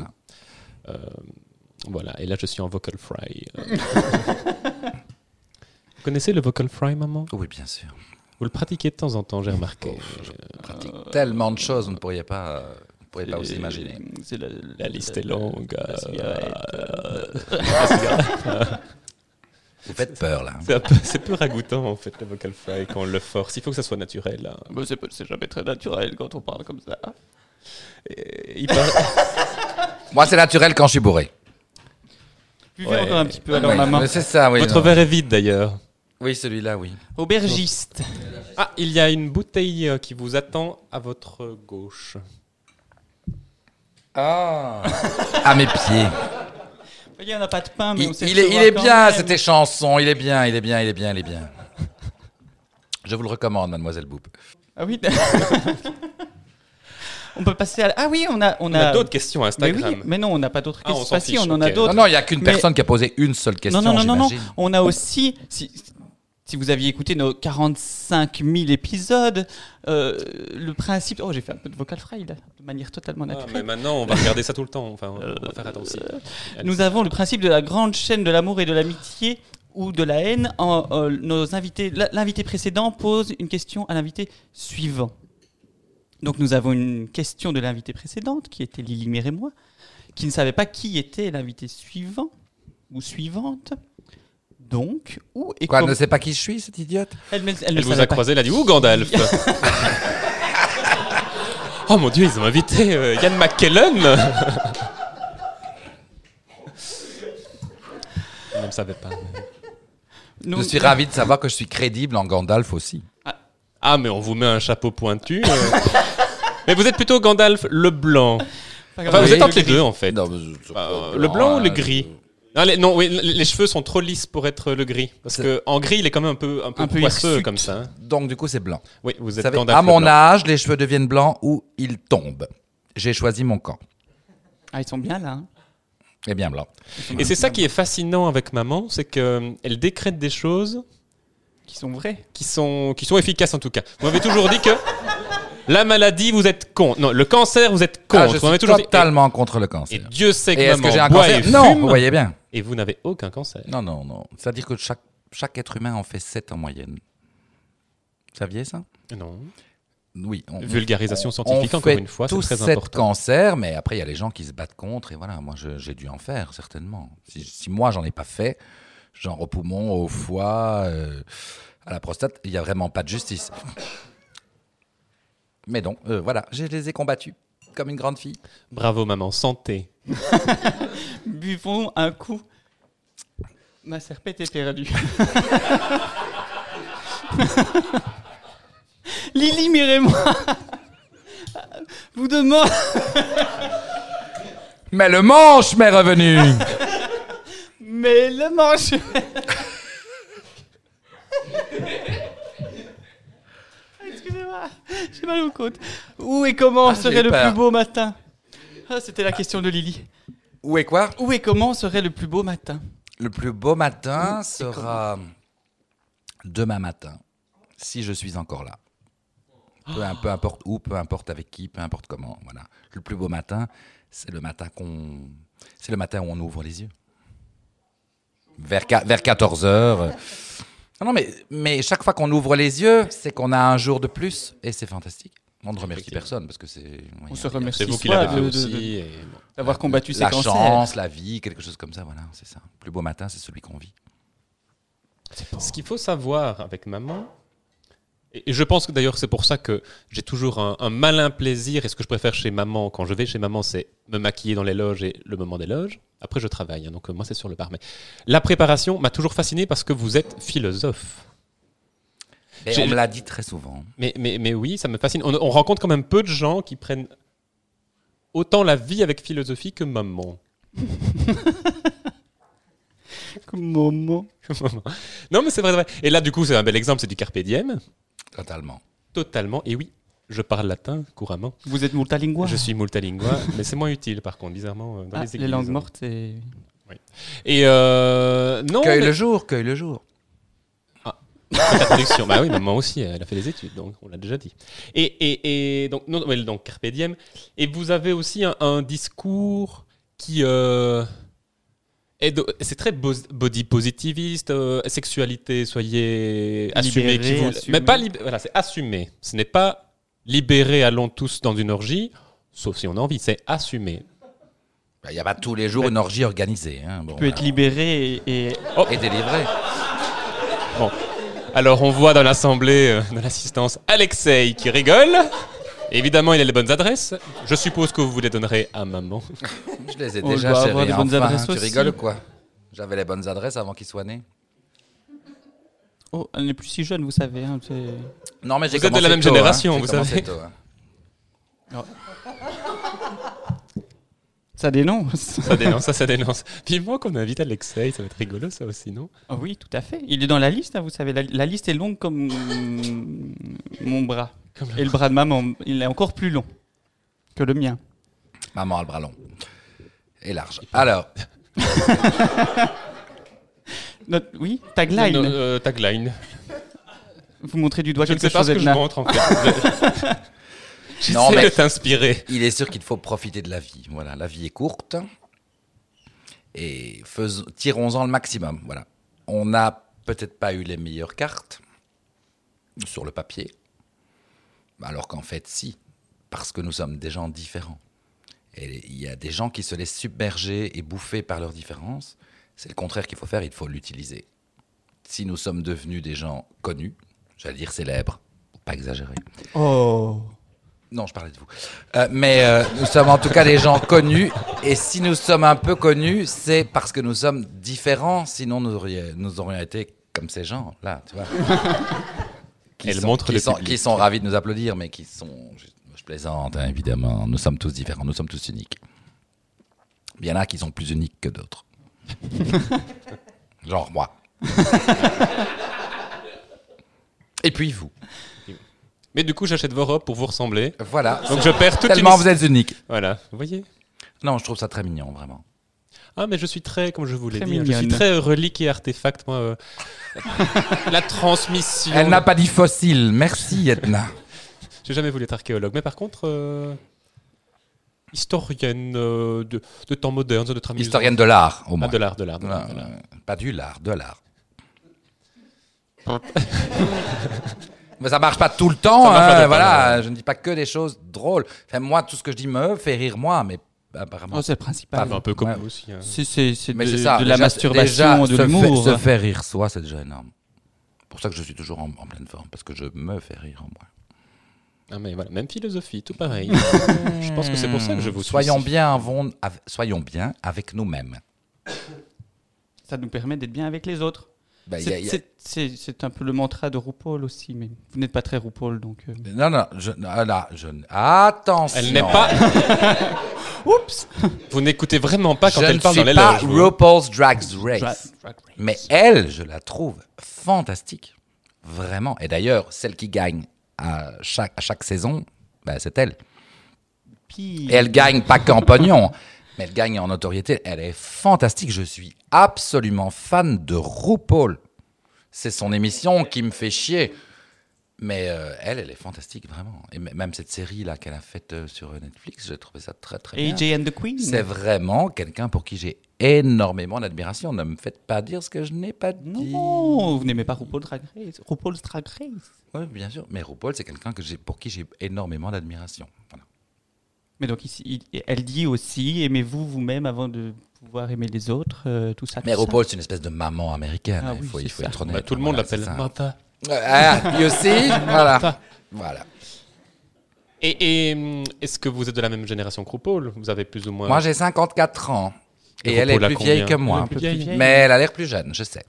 Speaker 2: Voilà.
Speaker 4: Euh, Voilà, et là je suis en vocal fry. Euh, Vous connaissez le vocal fry, maman Oh,
Speaker 2: Oui, bien sûr.
Speaker 5: Euh,
Speaker 4: Vous le pratiquez de temps en temps, j'ai remarqué.
Speaker 2: On pratique tellement de choses, on ne pourrait pas, euh, on ne pourrait pas aussi
Speaker 4: Et-
Speaker 2: imaginer.
Speaker 5: C'est la,
Speaker 4: La liste est longue. euh,
Speaker 5: la cigarette.
Speaker 2: Vous faites peur, là. hein.
Speaker 4: C'est un peu- C'est peu ragoûtant en fait le vocal fry quand on le force. Il faut que ça soit naturel. hein.
Speaker 5: Mais Bah, c'est pas- C'est jamais très naturel quand on parle comme ça. Hein.
Speaker 4: Et il parle-
Speaker 2: Moi, c'est naturel quand je suis bourré.
Speaker 5: Buvez
Speaker 4: Ouais.
Speaker 5: encore un petit peu alors,
Speaker 2: Oui,
Speaker 5: maman.
Speaker 2: mais C'est ça, oui.
Speaker 4: Votre
Speaker 2: non.
Speaker 4: verre est vide d'ailleurs.
Speaker 2: Oui, celui-là, oui.
Speaker 5: Aubergiste.
Speaker 4: Ah, il y a une bouteille euh, qui vous attend à votre gauche.
Speaker 2: Ah À mes pieds.
Speaker 5: Il n'y en a pas de pain, Ah, mais
Speaker 2: Il,
Speaker 5: on sait
Speaker 2: il
Speaker 5: le
Speaker 2: est, il
Speaker 5: savoir
Speaker 2: est
Speaker 5: quand
Speaker 2: bien,
Speaker 5: même.
Speaker 2: c'était chanson. Il est bien, il est bien, il est bien, il est bien. Je vous le recommande, mademoiselle Boop.
Speaker 5: Ah oui. on peut passer à. la- Ah oui, on a. On
Speaker 4: On a
Speaker 5: a,
Speaker 4: d'autres questions à
Speaker 5: Mais
Speaker 4: Instagram.
Speaker 5: oui, mais non, on n'a pas d'autres
Speaker 4: Ah, on
Speaker 5: questions.
Speaker 4: s'en
Speaker 5: Ah, si,
Speaker 4: fiche,
Speaker 5: on en a
Speaker 4: ok.
Speaker 5: d'autres.
Speaker 2: Non, non, il n'y a qu'une
Speaker 5: Mais-
Speaker 2: personne qui a posé une seule question.
Speaker 5: Non, non, non, non, non.
Speaker 2: j'imagine.
Speaker 5: On a aussi, si, si vous aviez écouté nos 45 000 épisodes, euh, le principe. Oh, j'ai fait un peu de vocal fry là, de manière totalement
Speaker 4: Ah, mais
Speaker 5: naturelle.
Speaker 4: maintenant on va regarder ça tout le temps. Enfin, on va faire attention.
Speaker 5: Euh, Nous avons le principe de la grande chaîne de l'amour et de l'amitié ou de la haine. En, euh, nos invités, la- l'invité précédent pose une question à l'invité suivant. Donc nous avons une question de l'invité précédente qui était Lily Mère et moi, qui ne savait pas qui était l'invité suivant ou suivante. Donc, où et
Speaker 2: Quoi, elle
Speaker 5: comment-
Speaker 2: ne sait pas qui je suis, cette idiote
Speaker 5: Elle, me- elle ne
Speaker 4: Elle vous
Speaker 5: savait
Speaker 4: a
Speaker 5: pas.
Speaker 4: croisé, elle a dit Ouh, Gandalf Oh mon dieu, ils ont invité euh, Ian McKellen On ne le savait pas.
Speaker 5: Nous-
Speaker 2: Je suis ravi de savoir que je suis crédible en Gandalf aussi.
Speaker 4: Ah, mais on vous met un chapeau pointu. euh. mais vous êtes plutôt Gandalf le blanc.
Speaker 5: Pas
Speaker 4: Enfin,
Speaker 5: grave.
Speaker 4: vous êtes
Speaker 2: Oui.
Speaker 4: entre les deux en fait.
Speaker 2: Non, mais je- je-
Speaker 4: Bah, euh, le blanc ou le
Speaker 2: euh,
Speaker 4: gris non, les, non, oui, les les cheveux sont trop lisses pour être le gris. Parce
Speaker 2: C'est-
Speaker 4: que en gris, il est quand même un peu, un peu,
Speaker 5: Un peu
Speaker 4: poisseux
Speaker 5: hirsute.
Speaker 4: comme ça. hein.
Speaker 2: Donc, du coup, c'est blanc.
Speaker 4: Oui, vous
Speaker 2: Vous
Speaker 4: êtes
Speaker 2: savez,
Speaker 4: Gandalf
Speaker 2: à
Speaker 4: le
Speaker 2: mon
Speaker 4: blanc.
Speaker 2: âge, les cheveux deviennent blancs ou ils tombent. J'ai choisi mon camp.
Speaker 5: Ah, ils sont bien là. hein.
Speaker 2: Eh bien, blanc.
Speaker 4: Et c'est ça qui est fascinant avec maman, c'est qu'elle décrète des choses
Speaker 5: Qui sont vrais.
Speaker 4: qui sont, qui sont efficaces en tout cas. Vous m'avez toujours dit que la maladie, vous êtes contre. Non, le cancer, vous êtes
Speaker 2: Ah,
Speaker 4: contre.
Speaker 2: je
Speaker 4: vous m'avez
Speaker 2: suis
Speaker 4: toujours dit-
Speaker 2: totalement contre le
Speaker 4: Et, et
Speaker 2: cancer.
Speaker 4: Dieu sait
Speaker 2: Et
Speaker 4: que
Speaker 2: est-ce
Speaker 4: maman
Speaker 2: que j'ai un
Speaker 4: boit
Speaker 2: cancer
Speaker 4: et
Speaker 2: Non,
Speaker 4: fume,
Speaker 2: vous voyez bien.
Speaker 4: et vous n'avez aucun cancer.
Speaker 2: Non, non, non. C'est-à-dire que chaque, chaque être humain en fait 7 en moyenne. Vous saviez ça
Speaker 4: Non.
Speaker 2: Oui. on-
Speaker 4: Vulgarisation
Speaker 2: on-
Speaker 4: scientifique,
Speaker 2: on
Speaker 4: encore
Speaker 2: fait
Speaker 4: une fois, c'est
Speaker 2: tous
Speaker 4: très
Speaker 2: sept
Speaker 4: important.
Speaker 2: cancers, mais après, il y a les gens qui se battent contre. Et voilà, moi, je- j'ai dû en faire, certainement. Si, si moi, j'en ai pas fait, genre au poumon, au foie, euh, à la prostate, il n'y a vraiment pas de justice. Mais donc, euh, voilà, je les ai combattus comme une grande fille.
Speaker 4: Bravo maman, santé.
Speaker 5: Buvons un coup. Ma serpette est perdue. Lily, mirez-moi. Vous demande.
Speaker 2: Mais le manche m'est revenu
Speaker 5: Mais le manche. Excusez-moi. J'ai mal aux côtes. Où et comment
Speaker 2: Ah,
Speaker 5: serait
Speaker 2: j'ai
Speaker 5: le
Speaker 2: peur.
Speaker 5: plus beau matin Ah, C'était la question de Lily.
Speaker 2: Où est quoi
Speaker 5: Où et comment serait le plus beau matin
Speaker 2: Le plus beau matin sera demain matin, si je suis encore là. Peu, peu importe où, peu importe avec qui, peu importe comment. Voilà. Le plus beau matin, c'est le matin qu'on, c'est le matin où on ouvre les yeux. Vers, qua- vers 14 heures. Non, non, mais, mais chaque fois qu'on ouvre les yeux, c'est qu'on a un jour de plus et c'est fantastique. On ne remercie
Speaker 4: Effectivement.
Speaker 2: personne parce que c'est.
Speaker 5: On se remercie.
Speaker 4: C'est vous qui
Speaker 5: soi
Speaker 4: l'avez fait
Speaker 5: de- de-
Speaker 4: aussi. et bon.
Speaker 5: de- D'avoir combattu ses
Speaker 2: La
Speaker 5: cancers.
Speaker 2: chance, la vie, quelque chose comme ça. Voilà, c'est ça. Le plus beau matin, c'est celui qu'on vit.
Speaker 4: Ce qu'il faut savoir avec maman, et et je pense que d'ailleurs c'est pour ça que j'ai toujours un, un malin plaisir, et ce que je préfère chez maman, quand je vais chez maman, c'est me maquiller dans les loges et le moment des loges. Après je travaille, hein, donc euh, moi c'est sur le bar. Mais la préparation m'a toujours fasciné parce que vous êtes philosophe.
Speaker 2: Mais
Speaker 4: J'ai-
Speaker 2: on me l'a dit très souvent.
Speaker 4: Mais, mais, mais oui, ça me fascine. On, on rencontre quand même peu de gens qui prennent autant la vie avec philosophie que maman.
Speaker 5: Moment.
Speaker 4: non mais c'est vrai, c'est vrai. Et là du coup c'est un bel exemple, c'est du carpe diem.
Speaker 2: Totalement.
Speaker 4: Totalement, et oui, je parle latin couramment.
Speaker 5: Vous êtes multilingua.
Speaker 4: Je suis multilingua, mais c'est moins utile par contre, bizarrement, euh, dans
Speaker 5: Ah,
Speaker 4: les
Speaker 5: les
Speaker 4: églises.
Speaker 5: langues mortes, c'est.
Speaker 4: Et euh, non,
Speaker 2: Cueille
Speaker 4: mais-
Speaker 2: le jour, cueille le jour.
Speaker 4: la traduction. bah oui, maman aussi, elle a fait des études, donc on l'a déjà dit. Et, et, et donc, non, ouais, donc Carpe Diem. Et vous avez aussi un, un discours qui euh, aide au- C'est très bo- body positiviste, euh, sexualité, soyez assumés
Speaker 5: Libéré,
Speaker 4: qui vous.
Speaker 5: assumé.
Speaker 4: Mais pas lib- voilà, c'est assumé. Ce n'est pas libéré, allons tous dans une orgie, sauf si on a envie, c'est assumé.
Speaker 2: Bah, Il n'y a pas tous les jours une orgie organisée. hein. Bon,
Speaker 5: Tu peux être
Speaker 2: voilà.
Speaker 5: libéré et. et-
Speaker 2: Et délivré.
Speaker 4: Alors on voit dans l'assemblée, euh, dans l'assistance, Alexei qui rigole. Évidemment, il a les bonnes adresses. Je suppose que vous les donnerez à maman.
Speaker 2: Je les ai
Speaker 5: On
Speaker 2: déjà,
Speaker 5: doit
Speaker 2: chérie,
Speaker 5: avoir des bonnes
Speaker 2: enfin,
Speaker 5: adresses
Speaker 2: Tu
Speaker 5: aussi.
Speaker 2: rigoles ou quoi J'avais les bonnes adresses avant qu'il soit né.
Speaker 5: Oh, elle n'est plus si jeune, vous savez. hein, c'est-
Speaker 2: Non, mais j'ai
Speaker 4: êtes de
Speaker 2: commencé
Speaker 4: la même
Speaker 2: tôt, hein.
Speaker 4: génération,
Speaker 2: J'ai
Speaker 4: vous
Speaker 2: commencé
Speaker 4: savez.
Speaker 2: tôt, hein.
Speaker 5: Ça dénonce.
Speaker 4: Ça dénonce, ça, ça dénonce. Vivement qu'on invite Alexei, ça va être rigolo ça aussi, non
Speaker 5: Ah oui, tout à fait. Il est dans la liste, hein, vous savez. La, la liste est longue comme mon bras.
Speaker 4: Comme le
Speaker 5: Et le bras de maman, il est encore plus long que le mien.
Speaker 2: Maman a le bras long. Et large. Alors,
Speaker 5: Notre- oui, tagline.
Speaker 4: Non, euh, tagline.
Speaker 5: Vous montrez du doigt
Speaker 4: Je ne
Speaker 5: quelque
Speaker 4: sais pas
Speaker 5: chose,
Speaker 4: ce que je
Speaker 5: Edna.
Speaker 4: montre en fait. Je-
Speaker 2: Non,
Speaker 4: J'essaie
Speaker 2: mais-
Speaker 4: de t'inspirer.
Speaker 2: il est sûr qu'il faut profiter de la vie. Voilà, la vie est courte. Et faisons- tirons-en le maximum. Voilà. On n'a peut-être pas eu les meilleures cartes sur le papier. Alors qu'en fait, si. Parce que nous sommes des gens différents. Et il y a des gens qui se laissent submerger et bouffer par leurs différences. C'est le contraire qu'il faut faire, il faut l'utiliser. Si nous sommes devenus des gens connus, j'allais dire célèbres, pas exagérer.
Speaker 5: Oh.
Speaker 2: Non, je parlais de vous. Euh, mais euh, nous sommes en tout cas des gens connus. Et si nous sommes un peu connus, c'est parce que nous sommes différents. Sinon, nous, auriez- nous aurions été comme ces gens-là, tu vois. Qui
Speaker 4: Elle montre
Speaker 2: qui
Speaker 4: le
Speaker 2: sont,
Speaker 4: public.
Speaker 2: qui sont ravis de nous applaudir, mais qui sont... Je, je plaisante, hein, évidemment. Nous sommes tous différents, nous sommes tous uniques. Il y en a qui sont plus uniques que d'autres. Genre moi. Et puis vous.
Speaker 4: Mais du coup, j'achète vos robes pour vous ressembler.
Speaker 2: Voilà.
Speaker 4: Donc je perds toute
Speaker 2: Tellement
Speaker 4: une...
Speaker 2: vous êtes uniques.
Speaker 4: Voilà, vous voyez
Speaker 2: Non, je trouve ça très mignon, vraiment.
Speaker 4: Ah, mais je suis très, comme je vous l'ai
Speaker 5: Très
Speaker 4: dit, hein, je
Speaker 5: mignonne.
Speaker 4: suis très euh, relique et artefact, moi. euh. la transmission.
Speaker 2: Elle n'a pas dit fossile. Merci, Edna.
Speaker 4: J'ai jamais voulu être archéologue, mais par contre, euh, historienne euh, de, de temps moderne, de notre amusement.
Speaker 2: Historienne de l'art, au moins.
Speaker 4: Ah, de l'art, de l'art. de
Speaker 2: Non,
Speaker 4: l'art, de l'art.
Speaker 2: euh, Pas du l'art, de l'art. Mais ça marche pas tout le temps.
Speaker 4: Ça marche pas
Speaker 2: hein,
Speaker 4: tout le temps,
Speaker 2: voilà,
Speaker 4: ouais,
Speaker 2: je ne dis pas que des choses drôles. Enfin, moi, tout ce que je dis me fait rire moi, mais apparemment.
Speaker 5: Oh, c'est le principal.
Speaker 2: Pas
Speaker 4: Enfin, un peu comme
Speaker 2: Ouais.
Speaker 4: vous aussi. hein.
Speaker 5: C'est- C'est c'est de,
Speaker 2: mais c'est ça.
Speaker 5: de la
Speaker 2: déjà-
Speaker 5: masturbation,
Speaker 2: déjà,
Speaker 5: de
Speaker 2: se
Speaker 5: l'humour. hein.
Speaker 2: faire- Se faire rire soi, c'est déjà énorme. C'est Pour ça que je suis toujours en, en pleine forme, parce que je me fais rire en moi.
Speaker 4: Ah, mais voilà, même philosophie, tout pareil. je pense que c'est pour ça que je vous suis
Speaker 2: soyons
Speaker 4: si-
Speaker 2: bien, avons- av- soyons bien avec nous-mêmes.
Speaker 5: Ça nous permet d'être bien avec les autres.
Speaker 2: Ben, il y a-
Speaker 5: C'est-
Speaker 2: il y a-
Speaker 5: c'est- C'est c'est un peu le mantra de RuPaul aussi, mais vous n'êtes pas très RuPaul, donc... euh,
Speaker 2: Non, non, je, ah, là, je, attention.
Speaker 4: Elle n'est pas. Oups Vous n'écoutez vraiment pas quand
Speaker 2: je
Speaker 4: elle
Speaker 2: ne
Speaker 4: parle
Speaker 2: suis
Speaker 4: dans les
Speaker 2: pas
Speaker 4: loges, vous.
Speaker 2: RuPaul's Drag Race.
Speaker 5: Drag- Drag Race.
Speaker 2: Mais elle, je la trouve fantastique. Vraiment. Et d'ailleurs, celle qui gagne à chaque, à chaque saison, ben, c'est elle.
Speaker 5: Pire.
Speaker 2: Et elle gagne pas qu'en pognon, mais elle gagne en notoriété. Elle est fantastique. Je suis absolument fan de RuPaul. C'est son émission qui me fait chier. Mais euh, elle, elle est fantastique, vraiment. Et m- même cette série-là qu'elle a faite euh, sur Netflix, j'ai trouvé ça très, très bien.
Speaker 5: AJ and the Queen.
Speaker 2: C'est vraiment quelqu'un pour qui j'ai énormément d'admiration. Ne me faites pas dire ce que je n'ai pas dit.
Speaker 5: Non, vous n'aimez pas RuPaul's Drag Race. RuPaul's Drag Race.
Speaker 2: Oui, bien sûr. Mais RuPaul, c'est quelqu'un que j'ai- pour qui j'ai énormément d'admiration.
Speaker 5: Ah,
Speaker 2: Voilà.
Speaker 5: Mais donc, ici, il- elle dit aussi aimez-vous vous-même avant de pouvoir aimer les autres, euh, tout ça.
Speaker 2: Mais
Speaker 5: tout ça.
Speaker 2: RuPaul, c'est une espèce de maman américaine. hein,
Speaker 5: Ah
Speaker 2: il
Speaker 5: oui,
Speaker 2: faut,
Speaker 5: c'est
Speaker 2: il faut
Speaker 5: ça.
Speaker 2: être honnête. hein,
Speaker 4: Bah, tout le monde
Speaker 2: Voilà,
Speaker 4: l'appelle
Speaker 2: c'est ça.
Speaker 4: Martha.
Speaker 2: Euh, Ah, lui aussi Voilà. voilà.
Speaker 4: Et, et, hum, est-ce que vous êtes de la même génération que RuPaul Vous avez plus ou moins.
Speaker 2: Moi, j'ai 54 ans. Et,
Speaker 4: Et
Speaker 2: elle est
Speaker 4: RuPaul a
Speaker 2: plus vieille que
Speaker 4: combien
Speaker 2: moi.
Speaker 4: Elle est plus vieille.
Speaker 2: Mais elle a l'air plus jeune, je sais.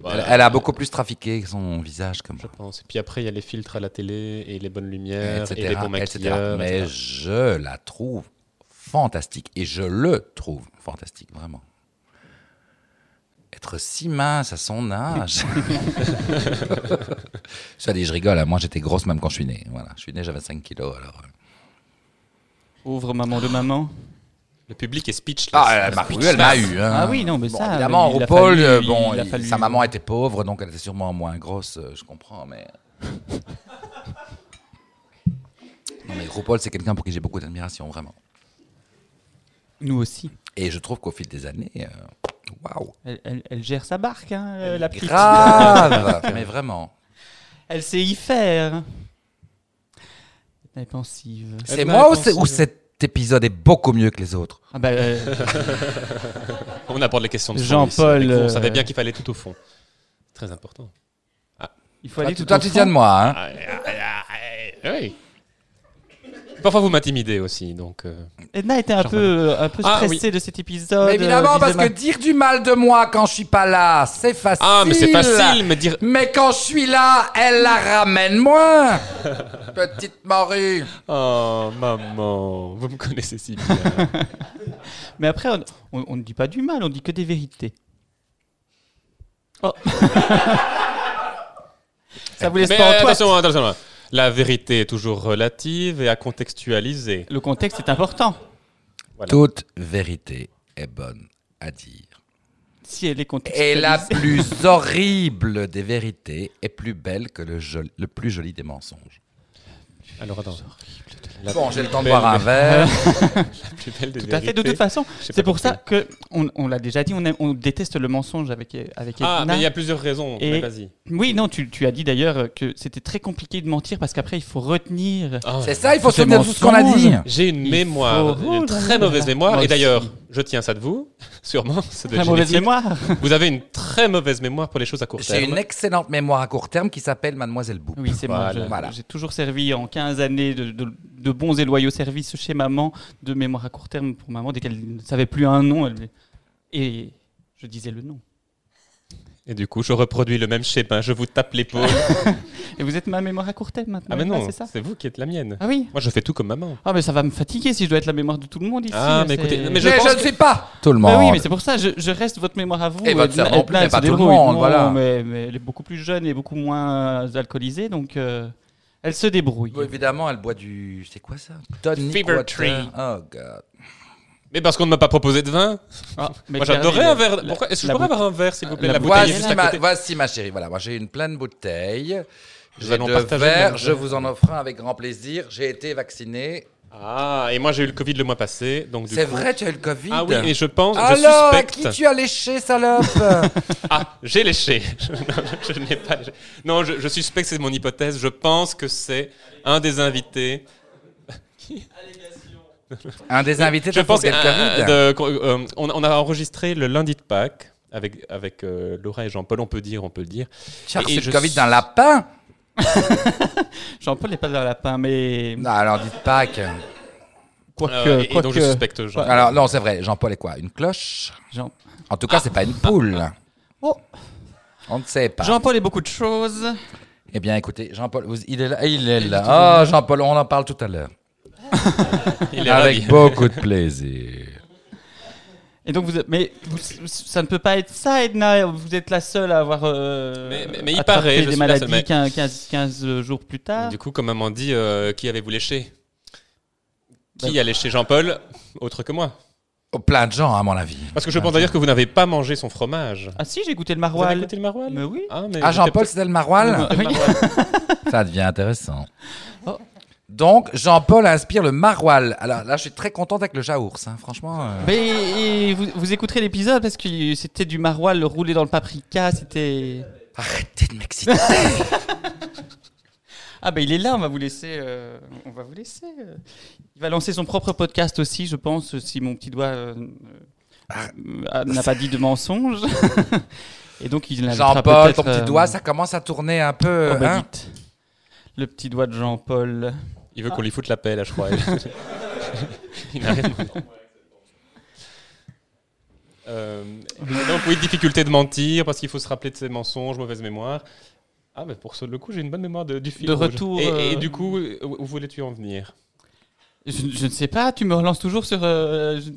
Speaker 4: Voilà,
Speaker 2: Elle, elle a beaucoup plus trafiqué son visage que moi.
Speaker 4: je pense. Et puis après, il y a les filtres à la télé et les bonnes lumières
Speaker 2: etc.
Speaker 4: et les bons
Speaker 2: etc.
Speaker 4: maquilleurs.
Speaker 2: Mais
Speaker 4: etc.
Speaker 2: je la trouve fantastique et je le trouve fantastique, vraiment. Être si mince à son âge. Ça dit, je rigole, hein, moi j'étais grosse même quand je suis né. Voilà, je suis né, j'avais 5 kilos. Alors... euh.
Speaker 5: Ouvre maman de maman.
Speaker 4: Le public est speechless.
Speaker 2: Ah, elle m'a eu, elle m'a eu. hein.
Speaker 5: Ah oui, non, mais
Speaker 2: Bon,
Speaker 5: ça,
Speaker 2: Évidemment,
Speaker 5: il a
Speaker 2: RuPaul,
Speaker 5: fallu-
Speaker 2: euh, bon,
Speaker 5: il a
Speaker 2: il-
Speaker 5: fallu-
Speaker 2: sa maman était pauvre, donc elle était sûrement moins grosse, euh, je comprends, mais. Non, mais RuPaul, c'est quelqu'un pour qui j'ai beaucoup d'admiration, vraiment.
Speaker 5: Nous aussi.
Speaker 2: Et je trouve qu'au fil des années, euh, waouh,
Speaker 5: Elle, elle- elle gère sa barque, hein, euh, la petite.
Speaker 2: grave, mais vraiment.
Speaker 5: Elle sait y faire. Elle est pensive.
Speaker 2: C'est
Speaker 4: m'a
Speaker 2: moi ou,
Speaker 4: pensé-
Speaker 2: c'est- ou cet épisode est beaucoup mieux que les autres
Speaker 5: Ah bah, euh,
Speaker 4: On aborde les questions de fond
Speaker 5: Jean-Paul,
Speaker 4: ici. On savait
Speaker 5: euh,
Speaker 4: bien qu'il fallait tout au fond. Très important.
Speaker 5: il
Speaker 2: Ah,
Speaker 5: faut
Speaker 2: Toi,
Speaker 5: aller
Speaker 2: tu
Speaker 5: tout
Speaker 2: toi,
Speaker 5: au
Speaker 2: tu
Speaker 5: fond.
Speaker 2: tiens de moi, hein
Speaker 4: Ah, ah, ah, ah, oui. Parfois, vous m'intimidez aussi, donc. euh,
Speaker 5: Edna était un
Speaker 4: Genre-
Speaker 5: peu, euh, un peu
Speaker 4: Ah,
Speaker 5: stressée de cet épisode.
Speaker 2: Mais
Speaker 5: euh,
Speaker 2: Évidemment, parce que
Speaker 5: visiblement.
Speaker 2: dire du mal de moi quand je suis pas là, c'est facile.
Speaker 4: Ah, mais c'est facile, mais dire.
Speaker 2: Mais quand je suis là, elle la ramène moins. Petite morue.
Speaker 4: Oh, maman, vous me connaissez si bien.
Speaker 5: Mais après, on- on on ne dit pas du mal, on dit que des vérités. Oh. Ça vous laisse
Speaker 4: mais euh,
Speaker 5: pas en toi.
Speaker 4: attention, hein, attention. là. La vérité est toujours relative et à contextualiser.
Speaker 5: Le contexte est important.
Speaker 4: Voilà.
Speaker 2: Toute vérité est bonne à dire.
Speaker 5: Si elle est contextualisée.
Speaker 2: Et la plus horrible des vérités est plus belle que le, joli- le plus joli des mensonges.
Speaker 4: Alors, attends.
Speaker 2: Bon, j'ai le temps de boire un verre.
Speaker 5: Tout à fait. De toute façon,
Speaker 4: j'ai pas
Speaker 5: c'est pour ça que on, on l'a déjà dit, on, aime- on déteste le mensonge avec avec
Speaker 4: Ah,
Speaker 5: Edna.
Speaker 4: mais il y a plusieurs raisons.
Speaker 5: Et-
Speaker 4: mais vas-y.
Speaker 5: Oui, non, tu, tu as dit d'ailleurs que c'était très compliqué de mentir parce qu'après il faut retenir.
Speaker 4: Ah,
Speaker 2: C'est ça, il faut
Speaker 5: C'est
Speaker 2: se souvenir de tout ce qu'on a dit.
Speaker 5: mensonge.
Speaker 4: J'ai une
Speaker 5: Il
Speaker 4: mémoire, une
Speaker 5: faut- Oh là
Speaker 4: très
Speaker 5: là.
Speaker 4: mauvaise mémoire.
Speaker 5: Moi
Speaker 4: et d'ailleurs,
Speaker 5: aussi.
Speaker 4: je tiens ça de vous, sûrement. c'est de
Speaker 5: Très mauvaise
Speaker 4: génétique.
Speaker 5: mémoire.
Speaker 4: Vous avez une très mauvaise mémoire pour les choses à court
Speaker 2: J'ai
Speaker 4: terme.
Speaker 2: une excellente mémoire à court terme qui s'appelle Mademoiselle Boupe.
Speaker 5: Oui, c'est moi.
Speaker 4: Voilà.
Speaker 5: je-
Speaker 2: Voilà.
Speaker 5: J'ai toujours servi en 15 années de, de- de bons et loyaux services chez maman, de mémoire à court terme pour maman. Dès qu'elle ne savait plus un nom, elle- et je disais le nom.
Speaker 4: Et du coup, je reproduis le même schéma. Je vous tape l'épaule.
Speaker 5: Et vous êtes ma mémoire à court terme maintenant
Speaker 4: ah, mais
Speaker 5: Edna,
Speaker 4: non,
Speaker 5: c'est ça
Speaker 4: c'est vous qui êtes la mienne.
Speaker 5: Ah oui
Speaker 4: Moi, je fais tout comme maman.
Speaker 5: Ah, mais ça va me fatiguer si je dois être la mémoire de tout le monde ici.
Speaker 4: Ah, mais
Speaker 5: c'est-
Speaker 4: écoutez, mais
Speaker 2: Mais je,
Speaker 4: pense
Speaker 2: ne
Speaker 4: que-
Speaker 2: suis pas tout le monde.
Speaker 5: Bah oui, mais c'est pour ça, je, je reste votre mémoire à vous.
Speaker 2: Et votre
Speaker 5: Edna-
Speaker 2: cerveau,
Speaker 5: Edna,
Speaker 2: mais
Speaker 5: elle
Speaker 2: pas
Speaker 5: se
Speaker 2: tout le
Speaker 5: débrouille.
Speaker 2: monde,
Speaker 5: Non,
Speaker 2: voilà.
Speaker 5: Mais, mais elle est beaucoup plus jeune et beaucoup moins euh, alcoolisée, donc euh, elle se débrouille.
Speaker 2: Bon, évidemment, elle boit du. C'est quoi ça Tonic
Speaker 4: Fever
Speaker 2: water.
Speaker 4: tree.
Speaker 2: Oh, God.
Speaker 4: Mais parce qu'on ne m'a pas proposé de vin.
Speaker 5: Ah, mais
Speaker 4: Moi,
Speaker 5: regardez,
Speaker 4: j'adorais un
Speaker 5: le-
Speaker 4: verre.
Speaker 5: la-
Speaker 4: Pourquoi Est-ce que je
Speaker 5: la
Speaker 4: pourrais avoir un verre, s'il vous plaît
Speaker 5: La
Speaker 4: La bouteille est
Speaker 2: Voici
Speaker 4: juste à
Speaker 2: ma,
Speaker 4: côté.
Speaker 2: voici ma chérie. Voilà, moi j'ai une pleine bouteille.
Speaker 4: Nous
Speaker 2: J'ai
Speaker 4: allons
Speaker 2: deux
Speaker 4: partager
Speaker 2: verres.
Speaker 4: nos
Speaker 2: Je
Speaker 4: verres.
Speaker 2: vous en offre un avec grand plaisir. J'ai été vacciné.
Speaker 4: Ah, et moi, j'ai eu le Covid le mois passé. donc du
Speaker 2: C'est
Speaker 4: coup-
Speaker 2: vrai, tu as eu le Covid.
Speaker 4: Ah oui, et je pense,
Speaker 2: Alors,
Speaker 4: je
Speaker 2: à qui
Speaker 4: suspecte.
Speaker 2: tu as léché, salope
Speaker 4: Ah, j'ai léché. Je, non, je- je n'ai pas léché. Non, je, je suspecte, c'est mon hypothèse. Je pense que c'est un des invités.
Speaker 2: Un des invités,
Speaker 4: Je
Speaker 2: t'a
Speaker 4: pense
Speaker 2: fourgué le
Speaker 4: euh,
Speaker 2: Covid.
Speaker 4: de- qu'on- euh, on, on a enregistré le lundi de Pâques avec, avec euh, Laura et Jean-Paul. On peut dire, on peut le dire.
Speaker 2: Tu as
Speaker 4: et
Speaker 2: reçu
Speaker 4: je
Speaker 2: le Covid
Speaker 4: suis-
Speaker 2: d'un lapin
Speaker 5: Jean-Paul n'est pas dans la lapin, mais.
Speaker 2: Non, alors dites pas que.
Speaker 5: Quoique.
Speaker 4: Euh, et- et,
Speaker 5: quoique-
Speaker 4: donc, je suspecte Jean.
Speaker 2: Alors, non, c'est vrai, Jean-Paul est quoi Une cloche
Speaker 5: Jean-
Speaker 2: En tout cas, c'est pas une poule.
Speaker 5: Oh.
Speaker 2: On ne sait pas.
Speaker 5: Jean-Paul est beaucoup de choses.
Speaker 2: Eh bien, écoutez, Jean-Paul, vous- il est là. Il est là. Oh, Jean-Paul, on en parle tout à l'heure.
Speaker 4: Il est
Speaker 2: Avec
Speaker 4: ravi.
Speaker 2: beaucoup de plaisir.
Speaker 5: Et donc vous, mais vous- ça ne peut pas être ça, Edna. Vous êtes la seule à avoir. euh,
Speaker 4: Mais- mais- mais il
Speaker 5: attrapé
Speaker 4: paraît, je
Speaker 5: des
Speaker 4: suis la
Speaker 5: maladies
Speaker 4: seule, mais-
Speaker 5: 15, 15 15 jours plus tard.
Speaker 4: Ah. Du coup, comme maman dit, euh, qui avez-vous léché Qui a léché Jean-Paul Autre que moi.
Speaker 2: Oh, plein de gens, à mon avis.
Speaker 4: Parce que je pense d'ailleurs que vous n'avez pas mangé son fromage.
Speaker 5: Ah si, j'ai goûté le
Speaker 4: Vous avez
Speaker 5: Ah, maroilles.
Speaker 4: goûté le maroilles
Speaker 5: Mais oui.
Speaker 4: Ah, mais
Speaker 2: Ah,
Speaker 4: j'étais
Speaker 2: Jean-Paul,
Speaker 4: peut-être-
Speaker 2: c'était le maroilles
Speaker 5: Oui.
Speaker 2: Ça devient intéressant.
Speaker 5: Oh.
Speaker 2: Donc, Jean-Paul inspire le maroilles. Alors là, je suis très contente avec le jaours, hein, franchement. euh.
Speaker 5: Mais et vous, vous écouterez l'épisode parce que c'était du maroilles roulé dans le paprika. C'était.
Speaker 2: Arrêtez de m'exciter.
Speaker 5: Ah ben il est là, on va vous laisser. euh, on va vous laisser. euh. Il va lancer son propre podcast aussi, je pense, euh, si mon petit doigt euh,
Speaker 2: Ah.
Speaker 5: euh, a- n'a pas dit de mensonge. Et donc il l'invitera
Speaker 2: Jean-Paul, ton
Speaker 5: peut-être,
Speaker 2: petit
Speaker 5: euh,
Speaker 2: doigt, ça commence à tourner un
Speaker 5: oh,
Speaker 2: peu.
Speaker 5: bah,
Speaker 2: hein.
Speaker 5: dites. Le petit doigt de Jean-Paul.
Speaker 4: Il
Speaker 5: Ah.
Speaker 4: veut qu'on lui foute la paix, là, je crois. Il n'a rien demandé. Euh, donc oui, difficulté de mentir parce qu'il faut se rappeler de ses mensonges, mauvaise mémoire. Ah, mais pour ce, le coup, j'ai une bonne mémoire de- du film.
Speaker 5: De
Speaker 4: rouge.
Speaker 5: retour,
Speaker 4: Et, et
Speaker 5: euh,
Speaker 4: du coup, où, où voulais-tu en venir
Speaker 5: Je, je ne sais pas, tu me relances toujours sur, euh, je-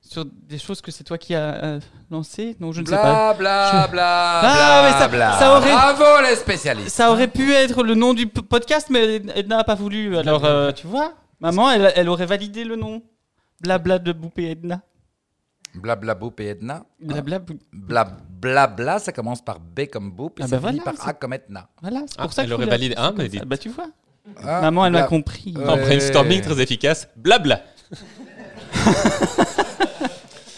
Speaker 5: sur des choses que c'est toi qui as euh, lancé Non, je ne sais pas.
Speaker 2: Bla bla bla.
Speaker 5: Ah,
Speaker 2: bla,
Speaker 5: mais ça-
Speaker 2: bla.
Speaker 5: ça aurait-
Speaker 2: Bravo les spécialistes.
Speaker 5: Ça aurait pu être le nom du p- podcast, mais Edna n'a pas voulu. Alors, euh, tu vois, maman, elle, elle aurait validé le nom. Blabla de Boupé Edna.
Speaker 2: Bla bla boop et Edna.
Speaker 4: Ah.
Speaker 5: Blabla, Bou-
Speaker 2: Bla bla bla, ça commence par B comme boop et
Speaker 5: Ah,
Speaker 2: ça
Speaker 5: bah
Speaker 2: finit
Speaker 5: voilà,
Speaker 2: par
Speaker 5: c'est-
Speaker 2: A comme Edna.
Speaker 5: voilà, c'est
Speaker 4: Ah,
Speaker 5: pour ça
Speaker 4: elle
Speaker 5: que
Speaker 4: aurait
Speaker 5: vous
Speaker 4: validé.
Speaker 5: l'avez-
Speaker 4: Ah, mais
Speaker 5: Ah,
Speaker 4: dites.
Speaker 5: Bah, tu vois,
Speaker 2: Ah,
Speaker 5: maman, elle
Speaker 2: bla-
Speaker 5: m'a compris. hein.
Speaker 2: Euh,
Speaker 4: Un brainstorming très efficace. Blabla.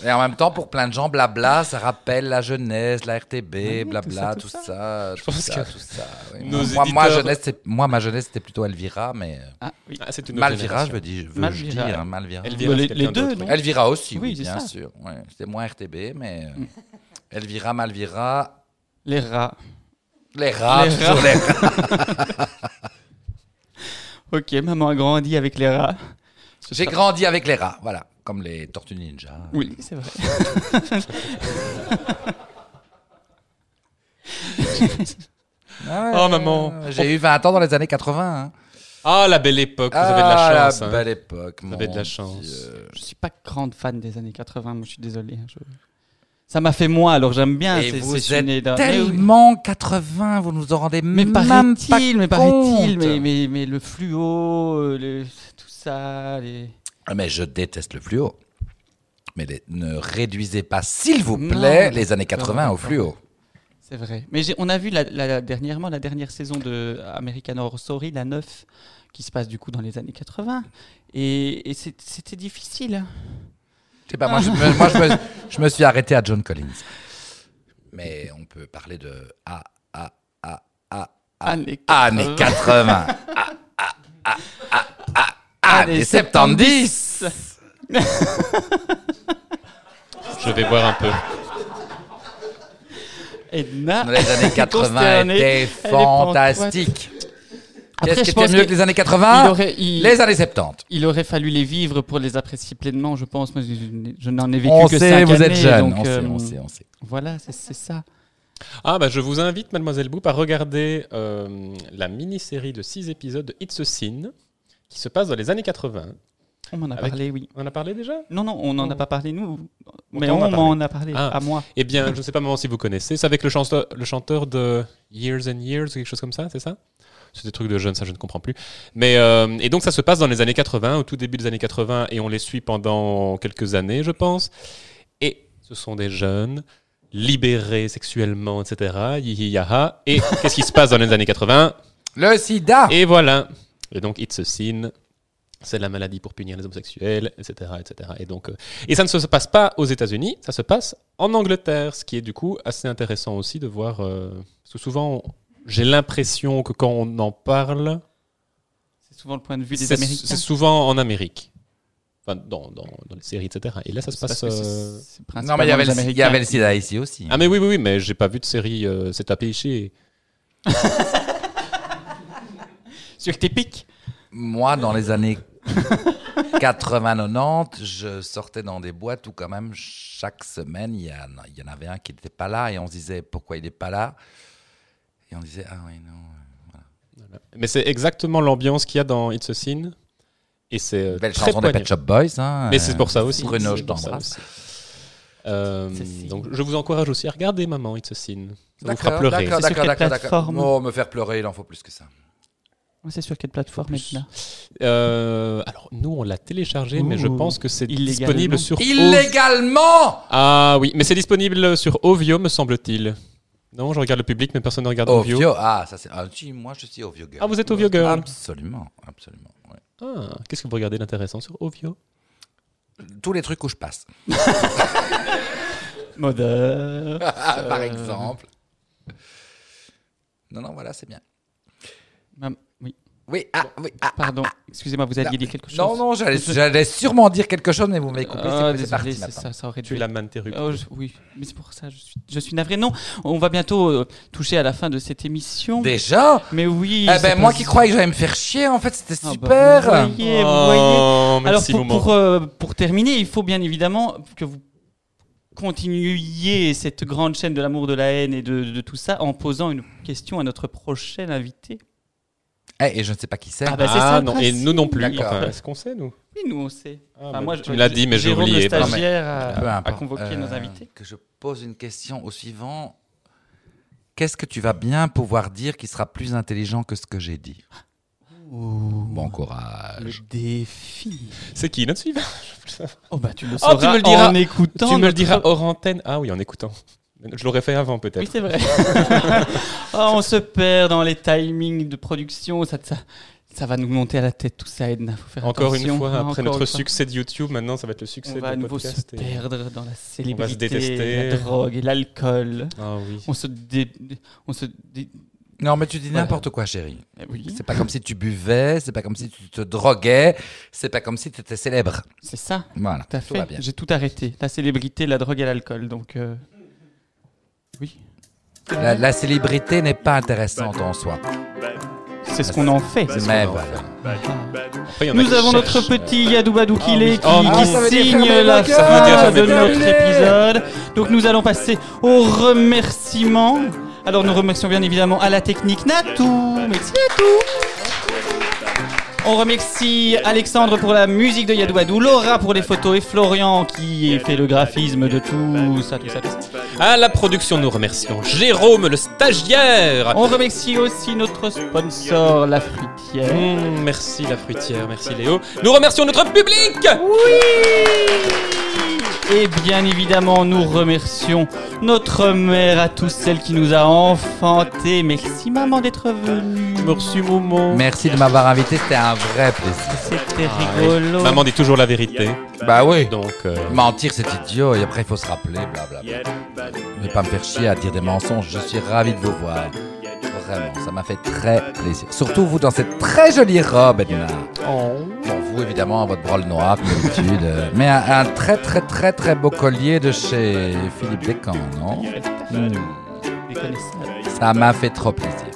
Speaker 2: Et en même temps, pour plein de gens, blabla, ça rappelle la jeunesse, la RTB, blabla, tout,
Speaker 5: tout ça, Ah
Speaker 2: ça,
Speaker 5: tout
Speaker 4: Je
Speaker 2: tout
Speaker 4: pense
Speaker 2: ça,
Speaker 4: que
Speaker 2: tout ça, oui.
Speaker 4: nos
Speaker 2: moi, moi,
Speaker 4: éditeurs-
Speaker 2: jeunesse, c'est- moi, ma jeunesse, c'était plutôt Elvira, mais euh,
Speaker 5: Ah, oui.
Speaker 4: Ah, c'est une autre
Speaker 2: Malvira, je
Speaker 4: génération.
Speaker 2: veux dire, veux
Speaker 5: Malvira.
Speaker 2: dire, hein, Malvira.
Speaker 4: Elle
Speaker 2: Elvira.
Speaker 4: vit avec
Speaker 5: les-
Speaker 4: quelqu'un
Speaker 5: les deux,
Speaker 4: d'autre, hein. oui.
Speaker 5: non
Speaker 2: aussi, oui,
Speaker 5: Oui, c'est
Speaker 2: bien
Speaker 5: ça. Mm.
Speaker 2: sûr. ouais. C'était moins RTB, mais euh, Elvira, Malvira,
Speaker 5: Les rats.
Speaker 2: les rats,
Speaker 5: Les
Speaker 2: toujours
Speaker 5: rats.
Speaker 2: les rats.
Speaker 5: Ok, maman a grandi avec les rats.
Speaker 2: J'ai grandi avec les rats, voilà, comme les tortues ninja.
Speaker 4: Mm.
Speaker 5: Oui, c'est vrai.
Speaker 2: Ah ouais,
Speaker 4: Oh, maman.
Speaker 2: euh, J'ai eu 20 ans dans les années 80. hein.
Speaker 4: Ah, la belle époque, vous
Speaker 2: ah,
Speaker 4: avez de la chance.
Speaker 2: la
Speaker 4: hein.
Speaker 2: belle époque.
Speaker 4: Vous avez
Speaker 2: mon
Speaker 4: de la chance.
Speaker 2: Dieu.
Speaker 5: Je suis pas grande fan des années 80, moi je suis désolé. hein, Je- Ça m'a fait moi, alors j'aime bien.
Speaker 2: Et
Speaker 5: c'est-
Speaker 2: vous
Speaker 5: c'est- je suis
Speaker 2: êtes
Speaker 5: né d'un- Ah, Mais oui.
Speaker 2: tellement 80, vous nous en rendez
Speaker 5: Mais
Speaker 2: même pas
Speaker 5: paraît-il, mais paraît-il,
Speaker 2: compte.
Speaker 5: mais, mais, mais le fluo, euh, le- tout ça, les...
Speaker 2: Ah, Mais je déteste le fluo. Mais les- ne réduisez pas, s'il vous plaît,
Speaker 5: Non,
Speaker 2: les années
Speaker 5: d'accord,
Speaker 2: 80 au
Speaker 5: d'accord.
Speaker 2: fluo.
Speaker 5: c'est vrai. Mais j'ai- on a vu la, la- la- dernièrement la dernière saison de American Horror Story, la 9, qui se passe du coup dans les années 80. Et, et c'est- c'était difficile.
Speaker 2: Je sais pas, moi, je me, moi, je me- je me suis arrêté à John Collins. Mais on peut parler de A, A, A, A, A,
Speaker 5: Années
Speaker 2: années Ah, 80, A, A, A, A, A, années 70.
Speaker 4: Je vais boire un peu.
Speaker 5: Edna.
Speaker 2: Les années 80
Speaker 5: Consternée, elle
Speaker 2: étaient
Speaker 5: est pantoite.
Speaker 2: fantastiques.
Speaker 5: Après,
Speaker 2: Qu'est-ce
Speaker 5: je
Speaker 2: qui
Speaker 5: pense
Speaker 2: était mieux que
Speaker 5: qu'il-
Speaker 2: les années
Speaker 5: il
Speaker 2: 80
Speaker 5: aurait, il-
Speaker 2: Les années 70.
Speaker 5: il aurait fallu les vivre pour les apprécier pleinement, je pense. Moi, je, je- je n'en ai vécu
Speaker 2: on
Speaker 5: que
Speaker 2: sait,
Speaker 5: cinq
Speaker 2: vous êtes
Speaker 5: années,
Speaker 2: jeune.
Speaker 5: donc,
Speaker 2: on,
Speaker 5: euh,
Speaker 2: sait, on sait, on sait.
Speaker 5: Voilà, c'est c'est ça.
Speaker 4: Ah bah je vous invite, mademoiselle Boop, à regarder euh, la mini-série de 6 épisodes de It's a Sin qui se passe dans les années 80.
Speaker 5: On m'en a
Speaker 4: Avec-
Speaker 5: parlé, oui.
Speaker 4: On en a parlé déjà
Speaker 5: Non, non, on n'en a pas parlé, nous. Mais
Speaker 4: t'en
Speaker 5: on
Speaker 4: a
Speaker 5: m'en a parlé,
Speaker 4: Ah.
Speaker 5: à moi.
Speaker 4: Eh bien, je ne sais pas maman si vous connaissez, c'est avec le chanteur, le chanteur de Years and Years ou quelque chose comme ça, c'est ça C'est des trucs de jeunes, ça je ne comprends plus. Mais euh, et donc ça se passe dans les années 80, au tout début des années 80, et on les suit pendant quelques années, je pense. Et ce sont des jeunes libérés sexuellement, etc. Yihi yaha. Et qu'est-ce qui se passe dans les années 80
Speaker 2: Le sida
Speaker 4: Et voilà. Et donc, It's a Sin, c'est la maladie pour punir les homosexuels, etc. etc. Et, donc, euh, et ça ne se passe pas aux États-Unis, ça se passe en Angleterre, ce qui est du coup assez intéressant aussi de voir. euh, parce que souvent, on- j'ai l'impression que quand on en parle,
Speaker 5: C'est souvent le point de vue des
Speaker 4: c'est
Speaker 5: Américains.
Speaker 4: c'est souvent en Amérique. Enfin, dans, dans, dans les séries, etc. Et là, ça se
Speaker 5: Parce
Speaker 4: passe.
Speaker 5: que c'est-
Speaker 4: euh,
Speaker 5: c'est
Speaker 2: Non, mais il y, avait
Speaker 5: principalement
Speaker 2: le,
Speaker 5: les
Speaker 2: il y avait le
Speaker 5: Américains.
Speaker 2: sida ici aussi.
Speaker 4: Ah, mais oui, oui, oui, mais j'ai pas vu de série, euh, c'est tapé ici.
Speaker 5: Sur tes pics
Speaker 2: Moi, dans les années 80-90, je sortais dans des boîtes où, quand même, chaque semaine, il y, en a- il y en avait un qui n'était pas là et on se disait pourquoi il n'est pas là. Et on disait, ah oui, non.
Speaker 4: Mais c'est exactement l'ambiance qu'il y a dans It's a Sin. Et c'est euh,
Speaker 2: Belle
Speaker 4: très
Speaker 2: chanson des
Speaker 4: poignant.
Speaker 2: Pet Shop Boys. Hein,
Speaker 4: Mais c'est
Speaker 2: euh,
Speaker 4: pour ça aussi.
Speaker 2: Bruno,
Speaker 4: C'est
Speaker 2: je
Speaker 4: pour ça
Speaker 2: t'embrasse.
Speaker 4: aussi. Euh,
Speaker 5: Ceci.
Speaker 4: donc je vous encourage aussi à regarder Maman It's a Sin. Ça vous fera
Speaker 2: D'accord,
Speaker 4: pleurer.
Speaker 2: D'accord,
Speaker 5: C'est
Speaker 2: d'accord,
Speaker 5: sur quelle
Speaker 2: d'accord, d'accord.
Speaker 5: plateforme
Speaker 2: Oh, me faire pleurer, il en faut plus que ça.
Speaker 5: C'est sur quelle plateforme
Speaker 4: Plus.
Speaker 5: Edna
Speaker 4: Euh, alors nous on l'a téléchargé, mais je
Speaker 5: Ouh.
Speaker 4: pense que c'est
Speaker 5: Illégalement.
Speaker 4: disponible sur. Ov-
Speaker 2: Illégalement
Speaker 4: Ah oui, mais c'est disponible sur Ovio me semble-t-il. Non, je regarde le public, mais personne ne regarde Ovio.
Speaker 2: Ovio, ah, ça c'est. Ah, si, moi je suis Ovio Girl.
Speaker 4: Ah, vous êtes Ovio Girl.
Speaker 2: Absolument, absolument. ouais.
Speaker 4: Ah, qu'est-ce que vous regardez d'intéressant sur Ovio
Speaker 2: Tous les trucs où je passe,
Speaker 5: Mother.
Speaker 2: par exemple. Euh, Non, non, voilà, c'est bien.
Speaker 5: Mam- Oui,
Speaker 2: Oui, ah, oui, ah.
Speaker 5: pardon. Excusez-moi, vous aviez dit quelque chose.
Speaker 2: Non, non, j'allais, j'allais sûrement dire quelque chose, mais vous m'avez coupé.
Speaker 5: Ah,
Speaker 2: c'est- c'est
Speaker 5: désolé,
Speaker 2: parti
Speaker 5: c'est
Speaker 2: maintenant.
Speaker 5: ça, ça aurait dû.
Speaker 4: Tu l'as m'interrompu.
Speaker 5: Oh, je- oui, mais c'est pour ça, je suis, je suis navré. Non, on va bientôt euh, toucher à la fin de cette émission.
Speaker 2: Déjà
Speaker 5: Mais oui.
Speaker 2: Eh
Speaker 5: c'est
Speaker 2: ben, moi
Speaker 5: pas-
Speaker 2: qui croyais que j'allais me faire chier, en fait, c'était
Speaker 5: Ah, bah,
Speaker 2: super.
Speaker 5: vous voyez, vous voyez.
Speaker 4: Oh,
Speaker 5: Alors
Speaker 4: merci,
Speaker 5: pour,
Speaker 4: maman.
Speaker 5: pour, euh, pour terminer, il faut bien évidemment que vous continuiez cette grande chaîne de l'amour, de la haine et de, de tout ça en posant une question à notre prochain invité.
Speaker 2: Eh, et je ne sais pas qui c'est.
Speaker 5: Ah, bah, c'est
Speaker 4: ah
Speaker 5: ça, le
Speaker 4: non, et nous non plus.
Speaker 2: D'accord.
Speaker 4: Enfin, est-ce qu'on sait, nous
Speaker 5: Oui, nous on sait.
Speaker 4: Ah,
Speaker 5: Enfin,
Speaker 4: bah,
Speaker 5: moi,
Speaker 4: Tu
Speaker 5: je-
Speaker 4: me l'as dit, mais j'ai
Speaker 5: Jérôme,
Speaker 4: oublié.
Speaker 5: le
Speaker 4: pardon.
Speaker 5: stagiaire,
Speaker 2: Peu
Speaker 5: a, a
Speaker 2: importe.
Speaker 5: convoqué nos
Speaker 2: Euh,
Speaker 5: invités.
Speaker 2: Que je pose une question au suivant. Qu'est-ce que tu vas bien pouvoir dire qui sera plus intelligent que ce que j'ai dit Bon
Speaker 5: le
Speaker 2: courage.
Speaker 5: défi.
Speaker 4: C'est qui notre suivant
Speaker 5: Oh bah tu le
Speaker 4: Oh,
Speaker 5: sauras
Speaker 4: tu me le diras.
Speaker 5: en écoutant.
Speaker 4: Tu me le
Speaker 5: notre-
Speaker 4: diras hors antenne. Ah oui, en écoutant. Je l'aurais fait avant, peut-être.
Speaker 5: Oui, c'est vrai. Oh, on se perd dans les timings de production. Ça, ça, ça va nous monter à la tête tout ça, Edna. Faut faire
Speaker 4: Encore
Speaker 5: attention.
Speaker 4: une fois,
Speaker 5: Encore
Speaker 4: après
Speaker 5: une
Speaker 4: notre
Speaker 5: fois.
Speaker 4: succès de YouTube, maintenant ça va être le succès
Speaker 5: On va à
Speaker 4: de
Speaker 5: nouveau se
Speaker 4: podcast. et-
Speaker 5: perdre dans la célébrité,
Speaker 4: détester.
Speaker 5: la drogue et l'alcool.
Speaker 4: Ah oui.
Speaker 5: On se dé... On se dé-
Speaker 2: Non, mais tu dis
Speaker 5: Voilà.
Speaker 2: n'importe quoi, chérie.
Speaker 5: Eh oui,
Speaker 2: C'est pas comme si tu buvais, c'est pas comme si tu te droguais, c'est pas comme si tu étais célèbre.
Speaker 5: c'est ça.
Speaker 2: Voilà,
Speaker 5: Tout à
Speaker 2: tout va
Speaker 5: fait.
Speaker 2: bien.
Speaker 5: J'ai tout arrêté. La célébrité, la drogue et l'alcool. Donc, euh, oui,
Speaker 2: La, la célébrité n'est pas intéressante en soi.
Speaker 5: c'est
Speaker 2: Bah,
Speaker 5: ce qu'on en fait.
Speaker 3: C'est ce
Speaker 2: Mais
Speaker 3: qu'on en
Speaker 2: voilà.
Speaker 4: Après, il y en a
Speaker 5: Nous
Speaker 4: qui
Speaker 5: avons notre
Speaker 4: cherchent, euh,
Speaker 5: petit Yadoubadou
Speaker 4: Ah
Speaker 5: qui,
Speaker 4: oui.
Speaker 5: l'est, qui,
Speaker 4: Oh,
Speaker 5: qui
Speaker 2: ça veut dire
Speaker 5: signe
Speaker 2: fermer
Speaker 5: la
Speaker 2: le cœur,
Speaker 5: fin de
Speaker 4: fermer
Speaker 2: le
Speaker 5: notre
Speaker 2: nez.
Speaker 5: épisode. Donc nous allons passer aux remerciements. Alors nous remercions bien évidemment à la technique Natou. Merci Natou. On remercie Alexandre pour la musique de Yadoubadou, Laura pour les photos et Florian qui fait le graphisme de tout ça, tout ça, tout ça.
Speaker 4: À la production, nous remercions Jérôme le stagiaire.
Speaker 5: On remercie aussi notre sponsor, la fruitière.
Speaker 4: Mmh, merci la fruitière, merci Léo. Nous remercions notre public.
Speaker 5: Et bien évidemment, nous remercions notre mère à tous celle qui nous a enfantés. Merci maman d'être venue.
Speaker 4: Merci maman.
Speaker 2: Merci de m'avoir invité, c'était un vrai plaisir.
Speaker 5: C'était rigolo.
Speaker 4: Maman dit toujours la vérité.
Speaker 2: Bah oui.
Speaker 4: Donc euh,
Speaker 2: Mentir, c'est idiot, et après, il faut se rappeler, blablabla. Ne pas me faire chier à dire des mensonges, je suis ravi de vous voir. Vraiment, ça m'a fait très plaisir. Surtout vous dans cette très jolie robe, Edna. Bon, vous évidemment, votre brol noir, comme d'habitude. euh, Mais un, un très très très très beau collier de chez Philippe Descamps, non Hmm,
Speaker 5: Des connaissances.
Speaker 2: Ça m'a fait trop plaisir.